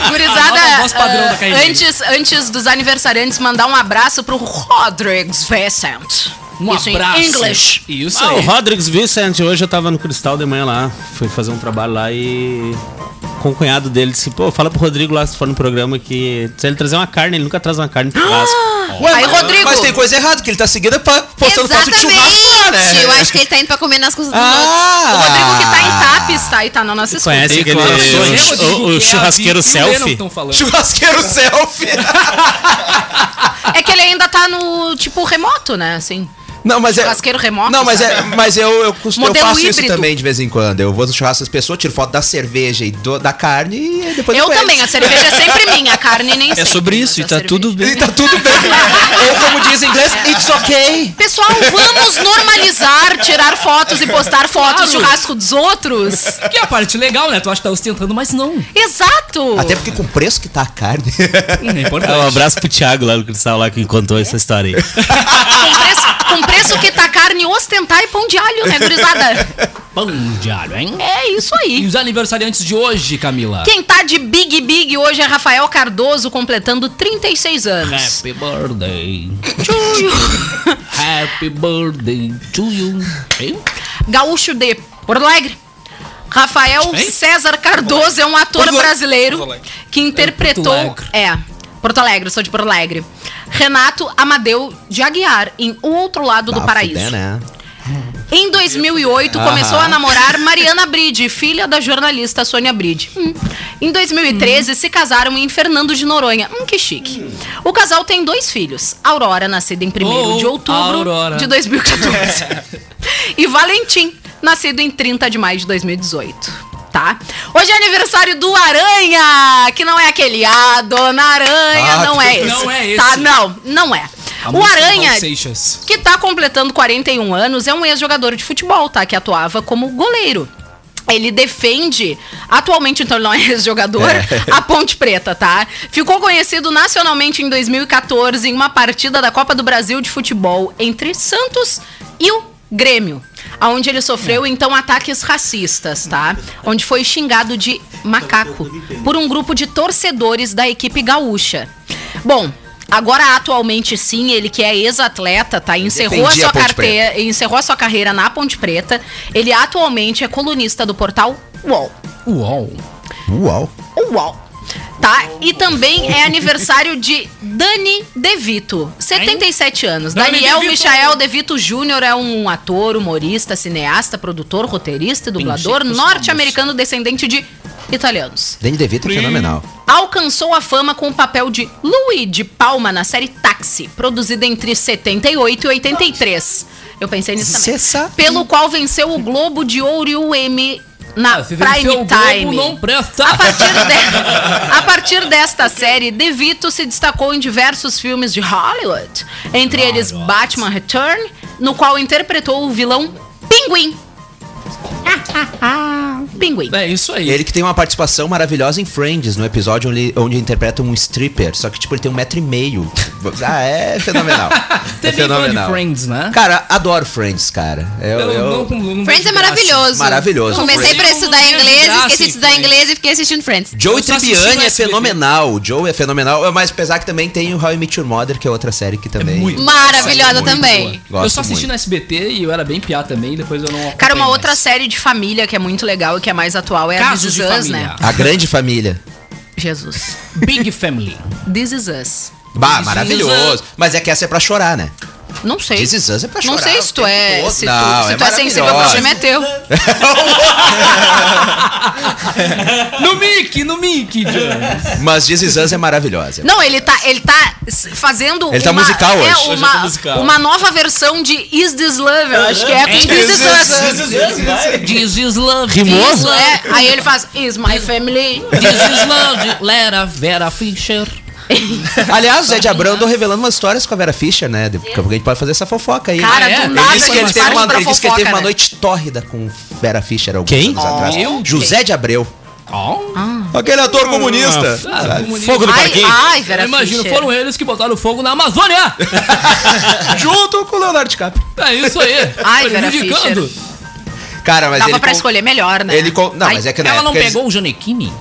Speaker 7: Gurizada,
Speaker 5: Nova voz padrão
Speaker 7: ah,
Speaker 5: da Caimene.
Speaker 7: antes, antes dos aniversariantes, mandar um abraço pro Rodrigues Vincent.
Speaker 5: Um
Speaker 7: Isso
Speaker 5: abraço.
Speaker 7: em inglês.
Speaker 5: Isso
Speaker 9: Ah, o
Speaker 5: aí.
Speaker 9: Rodrigues Vicente, hoje eu tava no Cristal de manhã lá, fui fazer um trabalho lá e com o cunhado dele disse, pô, fala pro Rodrigo lá se for no programa que se ele trazer uma carne, ele nunca traz uma carne pro churrasco.
Speaker 7: Aí, Rodrigo.
Speaker 8: Mas tem coisa errada, que ele tá seguindo pra postando foto de churrasco lá, né?
Speaker 6: Exatamente. Eu acho que ele tá indo pra comer nas coisas do
Speaker 8: Ah!
Speaker 7: O Rodrigo que tá em TAPES, tá? E tá na nossa escuta.
Speaker 9: Conhece aquele
Speaker 8: claro,
Speaker 9: o-
Speaker 8: sonho.
Speaker 9: o- o,
Speaker 5: é
Speaker 9: churrasqueiro selfie?
Speaker 8: Churrasqueiro selfie.
Speaker 7: É que ele ainda tá no, tipo, remoto, né? Assim.
Speaker 8: Não, mas é.
Speaker 7: Churrasqueiro remoto,
Speaker 8: Não, mas
Speaker 7: sabe?
Speaker 8: é. Mas eu, eu, costumo- eu
Speaker 7: Modelo
Speaker 8: faço isso
Speaker 7: híbrido.
Speaker 8: também de vez em quando. Eu vou no churrasco das pessoas, tiro foto da cerveja e do- da carne e aí depois
Speaker 7: Eu
Speaker 8: com eles.
Speaker 7: também, a cerveja é sempre minha, a carne nem
Speaker 10: É
Speaker 7: sempre,
Speaker 10: sobre
Speaker 7: mas
Speaker 10: isso,
Speaker 7: a
Speaker 10: e tá
Speaker 7: cerveja. É.
Speaker 10: tudo bem.
Speaker 8: E tá tudo bem. Ou como diz em inglês, it's okay.
Speaker 7: Pessoal, vamos normalizar tirar fotos e postar fotos do churrasco dos outros?
Speaker 5: Que é a parte legal, né? Tu acha que tá ostentando, mas não.
Speaker 7: Hum, Exato!
Speaker 8: Até porque com o preço que tá a carne.
Speaker 5: É
Speaker 9: Ah, Um
Speaker 5: importante.
Speaker 9: abraço pro Thiago lá no Cristal lá que contou essa história aí.
Speaker 7: Com preço, com preço que tá carne ostentar e pão de alho, né, gurizada?
Speaker 5: Pão de alho, hein?
Speaker 7: É isso
Speaker 5: E
Speaker 7: aí.
Speaker 5: os aniversariantes de hoje, Camila?
Speaker 7: Quem tá de Big Big hoje é Rafael Cardoso, completando 36 anos.
Speaker 5: Happy birthday. Happy birthday to you. Hein?
Speaker 7: Gaúcho de Porto Alegre. Rafael
Speaker 5: Hein?
Speaker 7: César Cardoso é um ator brasileiro que interpretou.
Speaker 5: É Porto Alegre.
Speaker 7: É, Porto Alegre, sou de Porto Alegre. Renato Amadeu de Aguiar, em O Outro Lado do
Speaker 8: Ah,
Speaker 7: Paraíso.
Speaker 8: fuder, né?
Speaker 7: Em 2008, começou a namorar Mariana Bride, filha da jornalista Sônia Bride. Hum. Em 2013, se casaram em Fernando de Noronha. Hum, que chique. O casal tem dois filhos. Aurora, nascida em 1
Speaker 5: Oh,
Speaker 7: de outubro
Speaker 5: Aurora.
Speaker 7: de 2014. e Valentim, nascido em 30 de maio de 2018. Tá? Hoje é aniversário do Aranha, que não é aquele, ah, Dona Aranha,
Speaker 8: Ah,
Speaker 7: não é esse.
Speaker 5: não é esse.
Speaker 7: Tá, não, não é.
Speaker 5: A
Speaker 7: o
Speaker 5: música do
Speaker 7: Aranha,
Speaker 5: Raul Seixas.
Speaker 7: que tá completando 41 anos, é um ex-jogador de futebol, tá? Que atuava como goleiro. Ele defende, atualmente então ele não é ex-jogador, a Ponte Preta, tá? Ficou conhecido nacionalmente em 2014 em uma partida da Copa do Brasil de futebol entre Santos e o Grêmio, aonde ele sofreu então ataques racistas, tá? Onde foi xingado de macaco por um grupo de torcedores da equipe gaúcha. Bom, agora atualmente sim, ele que é ex-atleta, tá? Encerrou a
Speaker 8: Defendia
Speaker 7: sua
Speaker 8: a Ponte
Speaker 7: carteira, eh, encerrou a sua carreira na Ponte Preta. Ele atualmente é colunista do portal UOL.
Speaker 5: Uol.
Speaker 8: Uau.
Speaker 7: UOL. Tá? E também é aniversário de Dani DeVito, 77 anos.
Speaker 5: Dani
Speaker 7: Daniel
Speaker 5: DeVito.
Speaker 7: Michael DeVito Júnior é um ator, humorista, cineasta, produtor, roteirista e dublador
Speaker 5: Pensei que fosse
Speaker 7: norte-americano descendente de italianos.
Speaker 8: Danny DeVito é fenomenal.
Speaker 7: Alcançou a fama com o papel de Louis de Palma na série Taxi, produzida entre 78 e 83. Eu pensei nisso também.
Speaker 8: Cê sabe.
Speaker 7: Pelo qual venceu o Globo de Ouro e o Emmy na
Speaker 5: Ah, se venceu
Speaker 7: Prime
Speaker 5: o
Speaker 7: Time.
Speaker 5: Globo, não presta.
Speaker 7: A partir, de- a partir desta série, De Vito se destacou em diversos filmes de Hollywood, entre eles Batman Return, no qual interpretou o vilão Pinguim. Pinguim.
Speaker 5: É isso aí.
Speaker 8: Ele que tem uma participação maravilhosa em Friends, no episódio onde, onde interpreta um stripper. Só que, tipo, ele tem um metro e meio. Ah, é fenomenal. é
Speaker 5: Teve fã de
Speaker 8: fenomenal.
Speaker 5: Friends, né?
Speaker 8: Cara, adoro Friends, cara. Eu, eu,
Speaker 6: Friends é maravilhoso.
Speaker 8: Maravilhoso.
Speaker 6: Comecei
Speaker 5: Friends.
Speaker 6: pra estudar
Speaker 5: Eu não
Speaker 6: inglês,
Speaker 5: vejo graça
Speaker 6: esqueci
Speaker 5: em
Speaker 6: de estudar
Speaker 5: Friends.
Speaker 6: inglês e fiquei assistindo Friends.
Speaker 8: Joey
Speaker 5: Eu só assisti no
Speaker 8: Tribbiani é
Speaker 5: SBT.
Speaker 8: fenomenal. O Joey é fenomenal. Mas apesar que também tem o How I Met Your Mother, que é outra série que também...
Speaker 5: muito.
Speaker 6: Maravilhosa também.
Speaker 8: Gosto
Speaker 5: eu só assisti
Speaker 8: muito.
Speaker 5: no SBT e eu era bem piá também, depois eu não.
Speaker 7: Cara,
Speaker 5: acompanhei
Speaker 7: uma outra
Speaker 5: mais.
Speaker 7: série de família que é muito legal e que é mais atual é a
Speaker 5: Casos
Speaker 7: This Is
Speaker 5: de
Speaker 7: Us,
Speaker 5: família.
Speaker 7: né?
Speaker 8: A Grande Família.
Speaker 7: Jesus.
Speaker 5: Big Family.
Speaker 7: This Is Us.
Speaker 8: Bah,
Speaker 5: Isso,
Speaker 8: maravilhoso. Mas é que essa é pra chorar, né?
Speaker 7: Não sei.
Speaker 8: This Is Us é pra
Speaker 7: Não
Speaker 8: chorar
Speaker 7: sei
Speaker 8: o
Speaker 7: se tu
Speaker 8: tempo
Speaker 7: é,
Speaker 8: todo.
Speaker 7: se tu,
Speaker 8: Não,
Speaker 7: se
Speaker 8: é
Speaker 7: tu é sensível, o
Speaker 8: maravilhosa.
Speaker 7: problema é teu.
Speaker 5: No Mickey, no Mickey, Jones.
Speaker 8: Mas This Is Us é maravilhosa.
Speaker 7: Não, ele tá, ele tá s- fazendo.
Speaker 8: Ele tá musical hoje.
Speaker 7: é,
Speaker 8: Hoje
Speaker 7: uma,
Speaker 9: tá musical.
Speaker 7: uma nova versão de Is This Love, eu acho que é. com Is This Us.
Speaker 5: This is love.
Speaker 9: Rimou?
Speaker 5: This, love,
Speaker 7: É, aí ele faz Is My Family.
Speaker 5: this is love. Lera Vera Fischer.
Speaker 8: Aliás, o Zé de Abrão andou revelando umas histórias com a Vera Fischer, né? Daqui a pouco a gente pode fazer essa fofoca aí. né?
Speaker 7: Cara,
Speaker 5: Ah, é?
Speaker 7: do
Speaker 5: Ele
Speaker 8: Ele
Speaker 7: nada
Speaker 8: disse que
Speaker 7: a
Speaker 8: ele
Speaker 7: gente
Speaker 8: teve,
Speaker 7: parte
Speaker 8: uma,
Speaker 7: pra
Speaker 8: ele disse que ele
Speaker 7: fofoca,
Speaker 8: teve uma
Speaker 7: né?
Speaker 8: noite tórrida com Vera Fischer alguns
Speaker 9: Quem?
Speaker 8: anos atrás.
Speaker 5: Meu
Speaker 8: José de Abreu.
Speaker 5: Oh.
Speaker 7: Ah.
Speaker 8: Aquele
Speaker 10: Ah.
Speaker 8: ator comunista.
Speaker 9: Fogo do
Speaker 7: Ai,
Speaker 9: parquinho.
Speaker 7: ai, Vera
Speaker 5: Eu imagino,
Speaker 7: Fischer.
Speaker 5: foram eles que botaram fogo na Amazônia.
Speaker 8: Junto com o Leonardo DiCaprio.
Speaker 5: É isso aí.
Speaker 7: Ai, Vera
Speaker 5: Prejudicando.
Speaker 8: Cara, mas
Speaker 7: Dava
Speaker 8: ele...
Speaker 7: pra
Speaker 8: con-
Speaker 7: escolher melhor, né?
Speaker 8: Ele con- Não, mas é que na
Speaker 5: Ela não
Speaker 8: época eles-
Speaker 5: pegou o Janequine?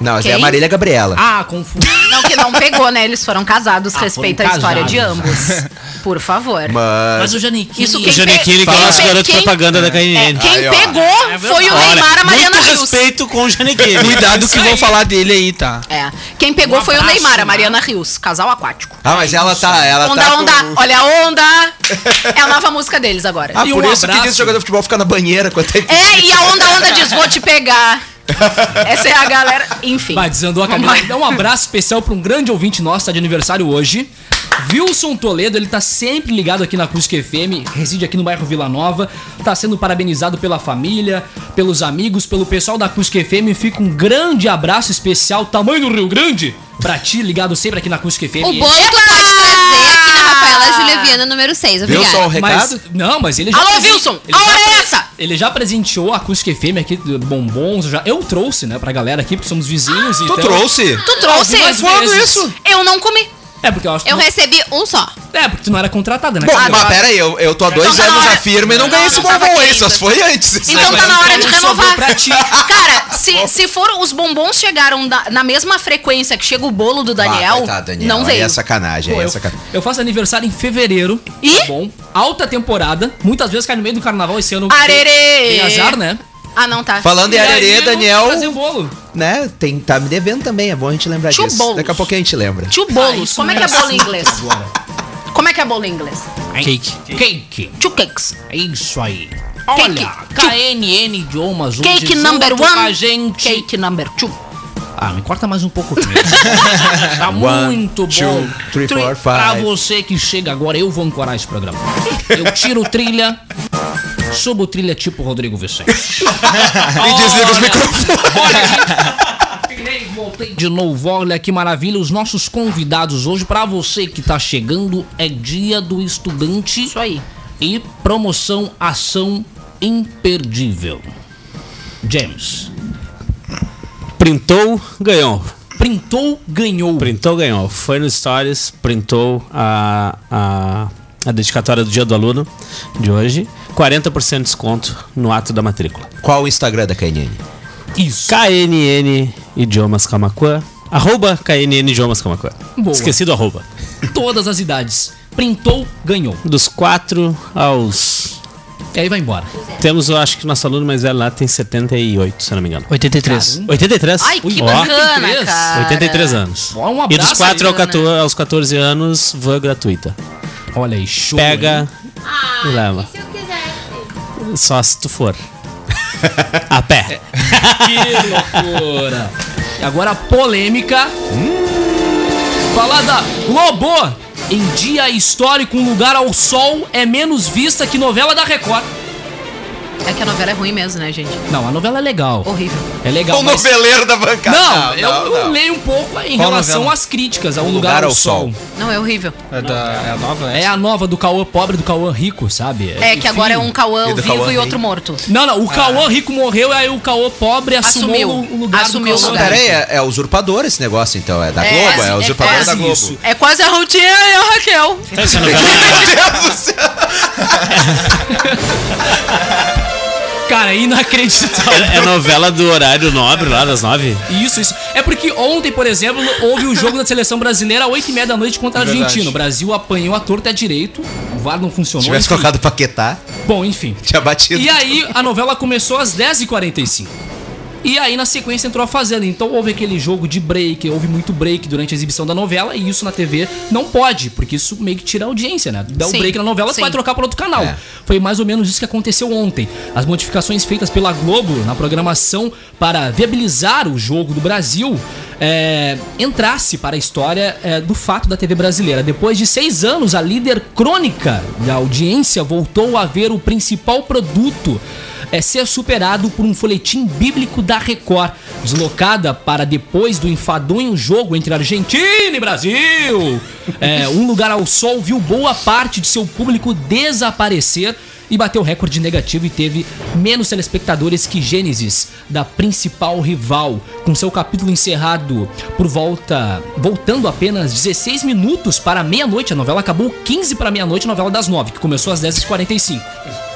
Speaker 8: Não, mas é a
Speaker 7: Quem?
Speaker 8: Marília Gabriela.
Speaker 5: Ah, confundi.
Speaker 7: Não, que não pegou, né? Eles foram casados, respeita
Speaker 5: Ah, foram
Speaker 7: a história de
Speaker 5: casados.
Speaker 7: ambos. Por favor.
Speaker 5: Mas o Janequine...
Speaker 7: Isso
Speaker 9: O
Speaker 7: quem-
Speaker 9: Janequine, que é o nosso
Speaker 7: quem-
Speaker 9: garoto
Speaker 7: quem-
Speaker 9: propaganda da
Speaker 7: É,
Speaker 9: KNN.
Speaker 7: quem
Speaker 8: Aí, ó.
Speaker 7: pegou
Speaker 5: É
Speaker 7: foi o
Speaker 9: Olha,
Speaker 7: Neymar, a Mariana
Speaker 9: muito
Speaker 7: Rios.
Speaker 9: respeito com o Janequine.
Speaker 10: Ah, Cuidado que
Speaker 5: Isso
Speaker 10: vão
Speaker 5: aí.
Speaker 10: falar dele aí, tá?
Speaker 7: É. Quem pegou foi o
Speaker 5: abraço,
Speaker 7: Neymar, a
Speaker 5: Neymar.
Speaker 7: Mariana Rios, casal aquático.
Speaker 8: Ah, mas ela tá... Ela
Speaker 7: onda,
Speaker 8: tá com-
Speaker 7: onda, olha a onda! É a nova música deles agora.
Speaker 8: Ah,
Speaker 5: E
Speaker 8: por
Speaker 5: um
Speaker 8: isso que
Speaker 5: abraço.
Speaker 8: diz jogador de futebol fica na banheira quando tem...
Speaker 7: É, e a onda, onda diz, vou te pegar. Essa é a galera. Enfim.
Speaker 5: Vai, desandou a Camila. Dá um abraço especial pra um grande ouvinte nosso, tá de aniversário hoje. Wilson Toledo, ele tá sempre ligado aqui na Cruz FM, reside aqui no bairro Vila Nova, tá sendo parabenizado pela família, pelos amigos, pelo pessoal da Cruz FM. Fica um grande abraço especial, tamanho do Rio Grande, pra ti, ligado sempre aqui na Cruz FM.
Speaker 6: O é bolo tu pode trazer aqui na Rafaela Julia Viana número 6.
Speaker 8: Viu só o
Speaker 6: Obrigada.
Speaker 8: Um recado?
Speaker 5: Mas, não, mas ele já.
Speaker 7: Alô,
Speaker 5: presen-
Speaker 7: Wilson!
Speaker 5: Ele
Speaker 7: A
Speaker 5: já
Speaker 7: hora
Speaker 5: presen-
Speaker 7: é essa!
Speaker 5: Ele já presenteou a Acústica FM aqui, de bombons. Já, eu trouxe, né, pra galera aqui, porque somos vizinhos.
Speaker 7: Ah,
Speaker 5: e
Speaker 8: Tu
Speaker 5: então-
Speaker 8: trouxe?
Speaker 7: Tu trouxe?
Speaker 5: Algumas vezes.
Speaker 7: Eu não comi.
Speaker 5: É, porque eu acho que.
Speaker 6: Eu recebi um só.
Speaker 5: É, porque tu não era contratada, né?
Speaker 8: Bom,
Speaker 5: Camila?
Speaker 8: mas pera aí, eu, eu tô há dois
Speaker 7: Então tá na
Speaker 8: anos
Speaker 7: hora.
Speaker 8: na firma e não ganhei esse
Speaker 7: Não, não
Speaker 8: bombom
Speaker 7: tava
Speaker 8: aí, só
Speaker 7: querendo.
Speaker 8: se foi antes.
Speaker 7: Então tá na hora de
Speaker 5: Então sobrou
Speaker 7: renovar.
Speaker 5: pra ti.
Speaker 7: Cara, se, se for os bombons chegaram na, na mesma frequência que chega o bolo do Daniel,
Speaker 8: Ah, coitado, Daniel,
Speaker 7: não
Speaker 8: Aí
Speaker 7: veio.
Speaker 8: é sacanagem,
Speaker 5: Pô,
Speaker 8: aí é
Speaker 5: eu,
Speaker 8: sacanagem.
Speaker 5: eu faço aniversário em fevereiro.
Speaker 7: Ih!
Speaker 5: Tá bom. Alta temporada. Muitas vezes cai no meio do carnaval esse ano.
Speaker 7: Arerê!
Speaker 5: Tem azar, né?
Speaker 7: Ah, não, tá.
Speaker 8: Falando em
Speaker 5: aí eu
Speaker 8: arerê,
Speaker 5: vou
Speaker 8: Daniel,
Speaker 5: Fazer um bolo.
Speaker 8: né, tem, tá me devendo também, é bom a gente lembrar
Speaker 7: Tio
Speaker 8: disso.
Speaker 7: Boulos.
Speaker 8: Daqui a pouco a gente lembra.
Speaker 7: Tio
Speaker 5: Ah,
Speaker 7: Bolos,
Speaker 5: isso
Speaker 7: como é que
Speaker 5: não
Speaker 7: é
Speaker 5: era
Speaker 7: bolo em
Speaker 5: assim
Speaker 7: inglês? Como é que é bolo em inglês?
Speaker 9: Cake.
Speaker 5: Cake.
Speaker 7: Two cakes.
Speaker 5: É isso aí.
Speaker 7: Cake.
Speaker 5: Olha, KNN Idiomas. hoje
Speaker 7: Cake
Speaker 5: junto
Speaker 7: number
Speaker 5: com A
Speaker 7: one,
Speaker 5: gente.
Speaker 7: cake number two.
Speaker 5: Ah, me corta mais um pouco. Cris. tá
Speaker 8: One,
Speaker 5: muito
Speaker 8: two,
Speaker 5: bom.
Speaker 8: three,
Speaker 5: Tri-
Speaker 8: four, five.
Speaker 5: Pra você que chega agora, eu vou ancorar esse programa. Eu tiro trilha, subo trilha tipo Rodrigo Vicente.
Speaker 8: E desliga os microfones.
Speaker 5: Tirei, voltei De novo, olha que maravilha, os nossos convidados hoje, pra você que tá chegando, é dia do estudante
Speaker 7: Isso aí.
Speaker 5: e promoção ação imperdível. James,
Speaker 9: Ah, Printou, ganhou.
Speaker 5: printou, ganhou.
Speaker 9: Printou, ganhou. Foi no Stories, printou a, a, a dedicatória do Dia do Aluno de hoje. 40% de desconto no ato da matrícula.
Speaker 8: Qual o Instagram da KNN?
Speaker 5: Isso.
Speaker 9: KNN Idiomas Camacuã. Arroba KNN Idiomas Camacuã.
Speaker 5: Boa.
Speaker 9: Esqueci do arroba.
Speaker 5: Todas as idades. Printou, ganhou.
Speaker 9: Dos 4 aos...
Speaker 5: E aí vai embora.
Speaker 9: Temos, eu acho que nosso aluno mais velho lá tem 78, se eu não me engano.
Speaker 10: 83.
Speaker 9: 83?
Speaker 7: Ai, que
Speaker 9: Ó,
Speaker 7: bacana,
Speaker 5: 83.
Speaker 7: cara.
Speaker 9: 83 anos.
Speaker 5: Ó, um
Speaker 9: e dos
Speaker 5: abraço
Speaker 9: 4
Speaker 7: aí,
Speaker 9: ao 14 aos 14 anos, van gratuita.
Speaker 5: Olha aí, show.
Speaker 9: Pega
Speaker 5: hein?
Speaker 9: e leva. Só se tu for. A pé.
Speaker 5: Que loucura. E agora a polêmica. Falar da Globo. Em dia histórico, um lugar ao sol é menos vista que novela da Record.
Speaker 7: É que a novela é ruim mesmo, né, gente?
Speaker 5: Não, a novela é legal.
Speaker 7: Horrível.
Speaker 5: É legal.
Speaker 8: O
Speaker 5: mas...
Speaker 8: noveleiro da bancada.
Speaker 5: Não, eu, eu leio um pouco em
Speaker 10: Qual
Speaker 5: relação
Speaker 10: novela?
Speaker 5: às críticas a um lugar, ao sol.
Speaker 7: Não, é horrível.
Speaker 10: É, da, é a nova?
Speaker 5: É a nova do Cauã pobre do Cauã rico, sabe?
Speaker 7: É que agora é um Cauã
Speaker 8: E do
Speaker 7: vivo e
Speaker 8: Cauã rei.
Speaker 7: outro morto.
Speaker 5: Não, não, o
Speaker 8: Ah.
Speaker 5: Cauã rico morreu, aí o Cauã pobre assumiu,
Speaker 7: Assumiu.
Speaker 5: o lugar
Speaker 7: Assumiu
Speaker 5: do
Speaker 7: o
Speaker 5: Cauã
Speaker 8: Não,
Speaker 7: lugar.
Speaker 8: pera aí, é, é usurpador esse negócio então, é da
Speaker 7: É,
Speaker 8: Globo,
Speaker 7: é
Speaker 8: é usurpador
Speaker 7: quase
Speaker 8: da Globo.
Speaker 5: isso.
Speaker 7: É quase a rotina e a Raquel.
Speaker 9: Essa novela,
Speaker 5: Cara, é inacreditável.
Speaker 9: é, é novela do horário nobre lá das 9.
Speaker 5: Isso, isso. É porque ontem, por exemplo, houve o jogo da seleção brasileira às 8h30 da noite contra a
Speaker 10: Verdade.
Speaker 5: Argentina. O Brasil apanhou a torta e a direito, o VAR não
Speaker 7: assim?
Speaker 5: funcionou.
Speaker 8: Se tivesse
Speaker 5: enfim.
Speaker 8: colocado Paquetá,
Speaker 5: Bom, enfim.
Speaker 8: tinha batido.
Speaker 5: E aí, a novela começou às 10h45. E aí na sequência entrou a Fazenda. Então houve aquele jogo de break, houve muito break durante a exibição da novela e isso na TV não pode, porque isso meio que tira a audiência, né? Dá um
Speaker 7: Sim,
Speaker 5: break na novela, tu
Speaker 7: sim.
Speaker 5: vai trocar para outro canal. Foi mais ou menos isso que aconteceu ontem. As modificações feitas pela Globo na programação para viabilizar o jogo do Brasil é, entrasse para a história é, do fato da TV brasileira. Depois de seis anos, a líder crônica da audiência voltou a ver o principal produto é ser superado por um folhetim bíblico da Record, deslocada para depois do enfadonho jogo entre Argentina e Brasil. É, um Lugar ao Sol viu boa parte de seu público desaparecer e bateu recorde negativo e teve menos telespectadores que Gênesis, da principal rival, com seu capítulo encerrado por volta, voltando apenas 16 minutos para a meia-noite. A novela acabou 15 para a meia-noite, a novela das 9, que começou às 10h45.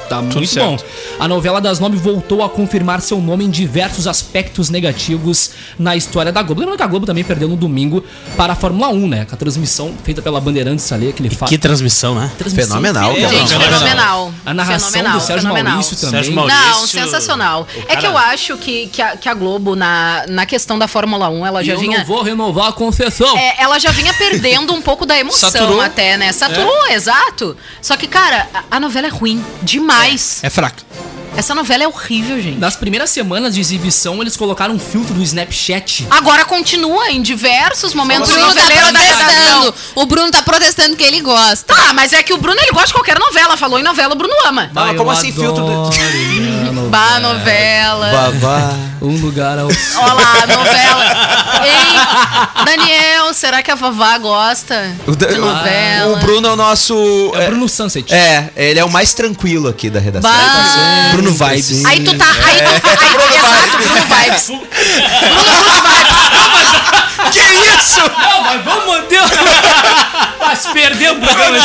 Speaker 5: Tá muito
Speaker 9: certo.
Speaker 5: bom. A novela das nove voltou a confirmar seu nome em diversos aspectos negativos na história da Globo. Lembrando que a Globo também perdeu no domingo para a Fórmula 1, né? Com a transmissão feita pela Bandeirantes ali, aquele fato.
Speaker 9: Que transmissão, né?
Speaker 8: Fenomenal,
Speaker 5: cara.
Speaker 8: cara.
Speaker 7: Gente, fenomenal.
Speaker 5: A narração
Speaker 7: Fenomenal,
Speaker 5: do Sérgio
Speaker 7: fenomenal.
Speaker 5: Maurício também.
Speaker 9: Sérgio Maurício.
Speaker 7: Não,
Speaker 9: Maurício-
Speaker 7: sensacional.
Speaker 9: o
Speaker 7: É
Speaker 9: cara-
Speaker 7: que eu acho que, que, a, que a Globo, na, na questão da Fórmula 1, ela
Speaker 5: E
Speaker 7: já
Speaker 5: eu
Speaker 7: vinha.
Speaker 5: não vou renovar a concessão.
Speaker 7: É, ela já vinha perdendo um pouco da emoção
Speaker 9: Saturou.
Speaker 7: até, né? Saturou, exato. Só que, cara, a, a novela é ruim demais.
Speaker 10: É fraca.
Speaker 7: Essa novela é horrível, gente.
Speaker 5: Nas primeiras semanas de exibição, eles colocaram um filtro do Snapchat.
Speaker 7: Agora continua em diversos
Speaker 6: O
Speaker 7: momentos
Speaker 6: Bruno tá
Speaker 7: noveleiro da redação.
Speaker 6: protestando. O Bruno tá protestando que ele gosta.
Speaker 7: Tá, mas é que o Bruno ele gosta de qualquer novela. Falou em novela, o Bruno ama.
Speaker 8: Ah, mas como assim filtro do...
Speaker 5: filtro?
Speaker 7: Bah, novela.
Speaker 8: Babá.
Speaker 5: né? Um lugar ao sol.
Speaker 7: Olha lá, novela. Ei, Daniel, será que a vovó gosta
Speaker 8: O, da-
Speaker 7: de
Speaker 8: o-
Speaker 7: novela?
Speaker 8: o Bruno é o nosso...
Speaker 5: É o Bruno Sunset.
Speaker 8: É, ele é o mais tranquilo aqui da redação.
Speaker 7: Bah.
Speaker 8: Bruno Vibes.
Speaker 7: Aí tu tá. Aí tu, aí, exato, Bruno Vibes. Bruno, Bruno Vibes.
Speaker 8: Que isso?
Speaker 5: Não, mas vamos manter. Mas perdeu o programa.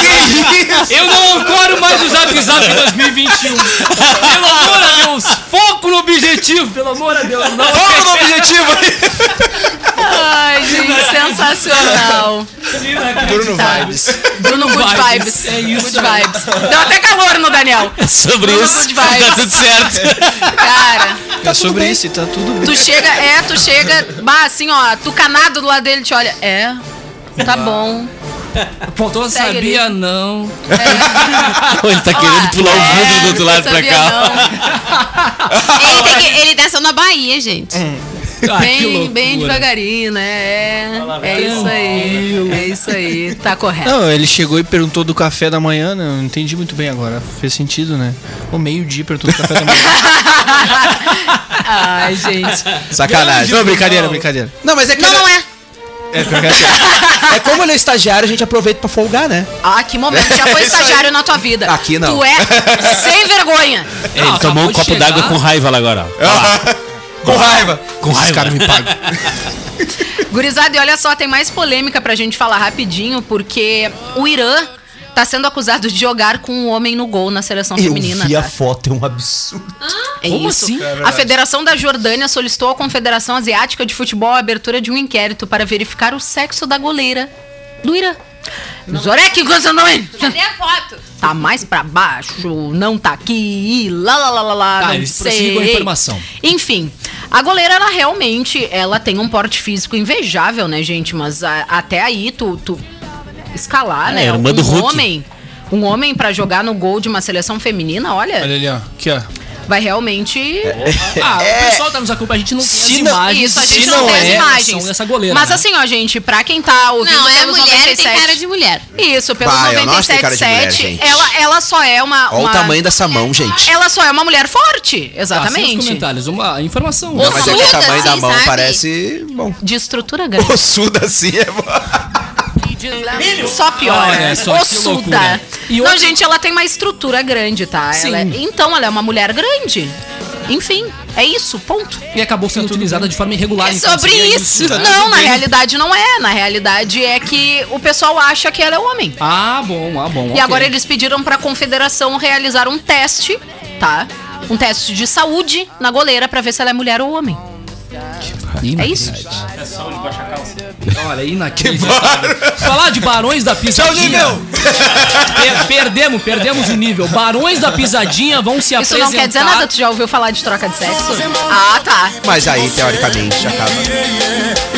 Speaker 5: Eu não ancoro mais o Zap Zap em 2021. Pelo amor a Deus, foco no objetivo. Pelo amor a Deus, não.
Speaker 8: Foco no objetivo aí.
Speaker 7: Ai, gente, sensacional.
Speaker 8: Bruno
Speaker 7: Tá.
Speaker 8: Vibes.
Speaker 7: Bruno Good
Speaker 5: Vibes.
Speaker 7: Vibes.
Speaker 5: É isso
Speaker 7: Good
Speaker 5: aí.
Speaker 7: Vibes. Deu até calor no Daniel.
Speaker 9: Sobre
Speaker 7: Bruno
Speaker 9: isso,
Speaker 7: Good
Speaker 9: tá
Speaker 7: Vibes.
Speaker 9: tudo certo.
Speaker 7: Cara,
Speaker 10: é sobre isso, e tá tudo bem.
Speaker 7: tu chega, é, tu chega, bah, assim, ó, tu canado do lado dele te olha. É. Tá bom.
Speaker 5: Faltou
Speaker 7: Segue
Speaker 5: sabia não. Ah,
Speaker 9: Ele tá querendo pular o vidro do outro lado pra cá.
Speaker 6: Ele, tem que, ele desceu na Bahia, gente.
Speaker 5: Ah, que
Speaker 7: Bem,
Speaker 5: loucura.
Speaker 7: bem devagarinho, né? É, é isso aí. É isso aí. Tá correto.
Speaker 10: Não, ele chegou e perguntou do café da manhã, né? Eu não entendi muito bem agora. Fez sentido, né? O meio-dia perguntou do café da manhã.
Speaker 7: Ai, gente.
Speaker 8: Sacanagem.
Speaker 10: não, brincadeira, brincadeira.
Speaker 8: Não, mas é que...
Speaker 6: Não,
Speaker 8: ele-
Speaker 6: não é.
Speaker 10: É, pior que é sério.
Speaker 8: É como ele é estagiário, a gente aproveita pra folgar, né?
Speaker 7: Ah, que momento. Já foi estagiário na tua vida.
Speaker 8: Aqui não.
Speaker 7: Tu é sem vergonha.
Speaker 9: É, ele
Speaker 5: Ah,
Speaker 9: tomou
Speaker 5: acabou
Speaker 9: um
Speaker 5: de
Speaker 9: copo
Speaker 5: chegar.
Speaker 9: d'água com raiva lá agora. ó.
Speaker 8: Com raiva.
Speaker 9: Com
Speaker 8: Os
Speaker 9: raiva.
Speaker 8: caras me pagam.
Speaker 7: Gurizada, e olha só, tem mais polêmica pra gente falar rapidinho, porque o Irã tá sendo acusado de jogar com um homem no gol na seleção
Speaker 8: Eu
Speaker 7: feminina.
Speaker 8: vi a
Speaker 7: tá?
Speaker 8: foto, é um absurdo.
Speaker 7: É
Speaker 5: Como
Speaker 7: isso.
Speaker 5: assim? É
Speaker 7: a Federação da Jordânia solicitou à Confederação Asiática de Futebol a abertura de um inquérito para verificar o sexo da goleira do Irã. Zorek Gozanon!
Speaker 6: Cadê a foto?
Speaker 7: Tá mais pra baixo, não tá aqui, lá lá lá lá lá,
Speaker 5: Tá,
Speaker 7: não
Speaker 5: eles
Speaker 7: sei.
Speaker 5: prosseguem com a informação.
Speaker 7: Enfim, a goleira, ela realmente, ela tem um porte físico invejável, né, gente? Mas a- até aí, tu, tu escalar,
Speaker 8: É,
Speaker 7: né,
Speaker 9: irmã do
Speaker 7: um
Speaker 9: Hulk.
Speaker 7: homem... Um homem pra jogar no gol de uma seleção feminina,
Speaker 10: Olha
Speaker 7: olha,
Speaker 10: ali, ó. Aqui, ó.
Speaker 7: vai realmente
Speaker 5: Ah, o pessoal tá nos acompanhando, a gente não tem as
Speaker 10: Se não-
Speaker 5: imagens.
Speaker 7: isso, a gente
Speaker 5: se
Speaker 7: não, tem as
Speaker 5: é,
Speaker 7: imagens.
Speaker 5: são Dessa goleira,
Speaker 7: Mas
Speaker 5: né?
Speaker 7: assim, ó, gente, pra quem tá ouvindo
Speaker 6: Não, é
Speaker 7: pelos
Speaker 6: mulher e
Speaker 7: 97,
Speaker 6: tem cara de mulher.
Speaker 7: Isso, pelos
Speaker 8: Bah, eu não acho que tem cara de mulher,
Speaker 7: 97,7,
Speaker 8: gente.
Speaker 7: ela, ela só é uma...
Speaker 8: Olha
Speaker 7: uma-
Speaker 8: o tamanho dessa mão, gente.
Speaker 7: Ela só é uma mulher forte,
Speaker 5: Tá, sem os
Speaker 7: exatamente.
Speaker 5: comentários, uma informação.
Speaker 6: Não,
Speaker 8: Mas é que o
Speaker 6: Ossuda,
Speaker 8: tamanho da
Speaker 6: assim,
Speaker 8: mão
Speaker 6: sabe?
Speaker 8: parece... Bom,
Speaker 7: de estrutura grande.
Speaker 8: ossuda assim é bom.
Speaker 7: Só piora.
Speaker 5: Olha só, que loucura.
Speaker 7: Ossuda.
Speaker 5: E
Speaker 7: Não,
Speaker 5: outra-
Speaker 7: gente, ela tem uma estrutura grande, tá?
Speaker 5: Sim.
Speaker 7: Ela é- Então, ela é uma mulher grande. Enfim, é isso, ponto.
Speaker 5: E acabou sendo utilizada de forma irregular.
Speaker 7: É
Speaker 5: então,
Speaker 7: sobre
Speaker 5: seria
Speaker 7: isso.
Speaker 5: né?
Speaker 7: Não, na realidade não é. Na realidade é que o pessoal acha que ela é homem.
Speaker 5: Ah, bom, ah, bom.
Speaker 7: E agora
Speaker 5: ele
Speaker 7: eles pediram pra confederação realizar um teste, tá? Um teste de saúde na goleira pra ver se ela é mulher ou homem. É isso?
Speaker 5: Olha, inacreditável. Falar de Barões da Pisadinha. Pe- É, perdemos, perdemos o nível. Barões da Pisadinha vão se
Speaker 7: Isso
Speaker 5: Tá apresentar.
Speaker 7: não quer dizer nada, tu já ouviu falar de troca de sexo? Ah, tá.
Speaker 8: Mas aí, teoricamente, acaba.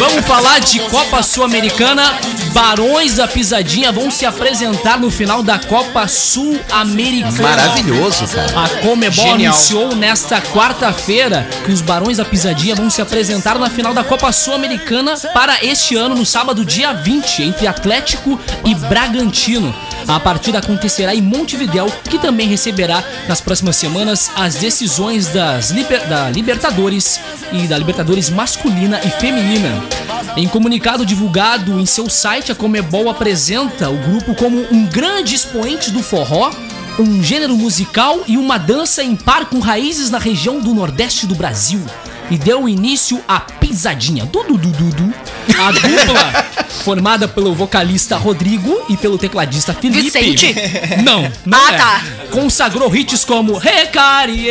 Speaker 5: Vamos falar de Copa Sul-Americana. Barões da Pisadinha vão se apresentar no final da Copa Sul-Americana.
Speaker 8: Maravilhoso, cara.
Speaker 5: A Comebol
Speaker 10: Genial.
Speaker 5: anunciou nesta quarta-feira que os Barões da Pisadinha vão se apresentar na final da Copa Sul-Americana para este ano, no sábado, dia 20, entre Atlético e Bragantino. A partida acontecerá em Montevidéu, que também receberá nas próximas semanas as decisões das liber- da Libertadores e da Libertadores masculina e feminina. Em comunicado divulgado em seu site, a Comebol apresenta o grupo como um grande expoente do forró, um gênero musical e uma dança em par com raízes na região do Nordeste do Brasil. E deu início à pisadinha. Du, du, du, du, du. A dupla, formada pelo vocalista Rodrigo e pelo tecladista Felipe.
Speaker 7: Vicente?
Speaker 5: Não, não
Speaker 7: Ah,
Speaker 5: é.
Speaker 7: tá.
Speaker 5: Consagrou hits como Recarie.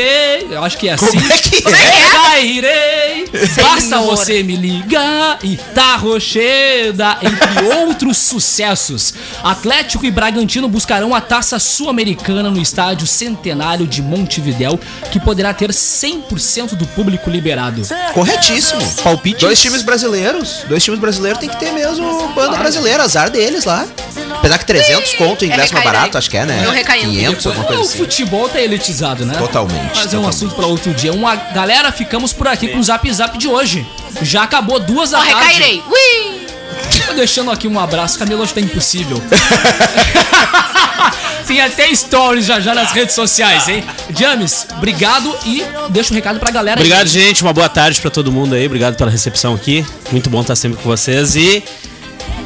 Speaker 5: Eu acho que é assim.
Speaker 8: Como é que é?
Speaker 5: Recairei. Basta
Speaker 7: Senhor.
Speaker 5: você me ligar e tá rocheda, entre outros sucessos. Atlético e Bragantino buscarão a taça sul-americana no estádio centenário de Montevidéu, que poderá ter 100% do público liberado.
Speaker 8: Corretíssimo.
Speaker 10: Palpite?
Speaker 8: É, Dois times brasileiros. Dois times brasileiros tem que ter mesmo banda brasileira, azar deles lá. Apesar que 300 conto, o ingresso mais
Speaker 7: recaída,
Speaker 8: barato, acho que é, né?
Speaker 7: Eu recaindo.
Speaker 8: 500, alguma
Speaker 5: o
Speaker 8: coisa assim.
Speaker 5: futebol tá elitizado, né?
Speaker 8: Totalmente,
Speaker 5: Mas é um
Speaker 8: totalmente.
Speaker 5: assunto pra outro dia. Uma galera, ficamos por aqui com o Zap Zap de hoje. Já acabou duas da
Speaker 7: Só
Speaker 5: tarde.
Speaker 7: recairei. Ui!
Speaker 5: Tô deixando aqui um abraço, Camila, hoje tá impossível. Tem até stories já já nas redes sociais, hein? James, obrigado e deixa um recado pra galera. aí.
Speaker 9: Obrigado, gente. Uma boa tarde pra todo mundo aí. Obrigado pela recepção aqui. Muito bom estar sempre com vocês. E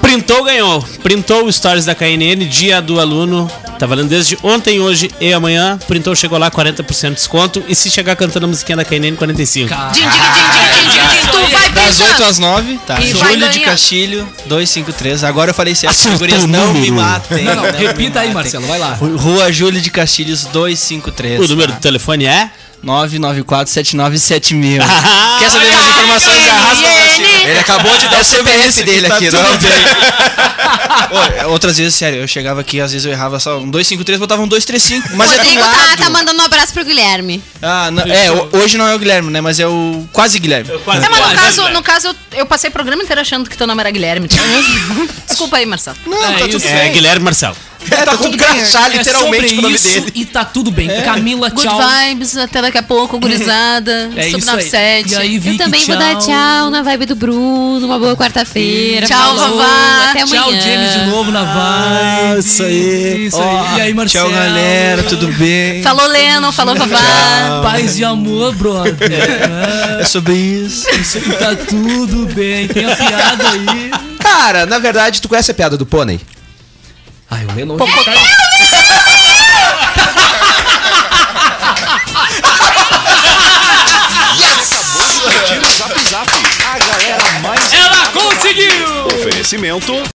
Speaker 9: printou, ganhou. Printou o Stories da KNN, dia do aluno. Tá valendo desde ontem, hoje e amanhã. Printou, chegou lá, 40% de desconto. E se chegar cantando a musiquinha da KNN, 45%.
Speaker 5: Cara,
Speaker 7: Din, din, din, din, din,
Speaker 5: Tá.
Speaker 7: din, tu vai
Speaker 10: Das 8
Speaker 7: pensando.
Speaker 10: às 9, tá?
Speaker 7: E vai
Speaker 10: Júlio de
Speaker 7: ganhar.
Speaker 10: Castilho, 253. Agora eu falei certo,
Speaker 9: Acertou
Speaker 10: gurias,
Speaker 9: o
Speaker 10: não me
Speaker 8: um.
Speaker 9: número.
Speaker 10: matem.
Speaker 5: Não, não,
Speaker 10: me
Speaker 5: repita aí,
Speaker 10: matem.
Speaker 5: Marcelo, vai lá.
Speaker 10: Rua Júlio de Castilhos, 253.
Speaker 9: O número
Speaker 10: tá?
Speaker 9: do telefone é?
Speaker 10: 994797000.
Speaker 9: Quer
Speaker 10: saber mais informações? Arrasta lá, Chico.
Speaker 8: Ele acabou de dar
Speaker 10: é
Speaker 8: o CPF dele
Speaker 10: tá
Speaker 8: aqui, não?
Speaker 10: Ô, Outras vezes, sério, eu chegava aqui, às vezes eu errava só um 253, botava um 235. Mas é do
Speaker 6: Rodrigo tá,
Speaker 10: lado.
Speaker 6: tá mandando um abraço pro Guilherme.
Speaker 10: Ah, não- é, ho- hoje não é o Guilherme, né? Mas é o quase Guilherme.
Speaker 7: É, mas no caso, no caso eu, eu passei o programa inteiro achando que teu nome era Guilherme. tipo, Desculpa aí, Marcelo.
Speaker 10: Não,
Speaker 5: É isso.
Speaker 9: É Guilherme Marcelo.
Speaker 8: É, tá tudo crachá,
Speaker 5: é
Speaker 8: literalmente,
Speaker 5: sobre
Speaker 8: o nome
Speaker 5: isso
Speaker 8: dele.
Speaker 5: e tá tudo bem. Camila,
Speaker 7: Good
Speaker 5: tchau.
Speaker 7: vibes, até daqui a pouco, gurizada.
Speaker 5: É
Speaker 7: Sub
Speaker 5: isso aí.
Speaker 7: 97.
Speaker 5: E aí, Vicky,
Speaker 6: Eu também
Speaker 5: tchau.
Speaker 6: vou dar tchau na vibe do Bruno. Uma boa quarta-feira.
Speaker 7: Tchau,
Speaker 6: Falou,
Speaker 7: Vavá.
Speaker 6: Até amanhã.
Speaker 5: Tchau, James, de novo na vibe.
Speaker 9: isso aí.
Speaker 5: Isso aí. e aí, Marcelo?
Speaker 10: Tchau, galera, tudo bem?
Speaker 7: Falou, Lennon. Falou, Vavá.
Speaker 5: É Paz e amor, brother.
Speaker 10: É sobre isso.
Speaker 5: É, isso aí tá tudo bem. Tem a piada aí.
Speaker 8: Cara, na verdade, tu conhece a piada do pônei?
Speaker 5: Ai, o Lennon...
Speaker 2: Acabou de curtir o Zap Zap. A galera mais
Speaker 5: Ela conseguiu!
Speaker 2: oferecimento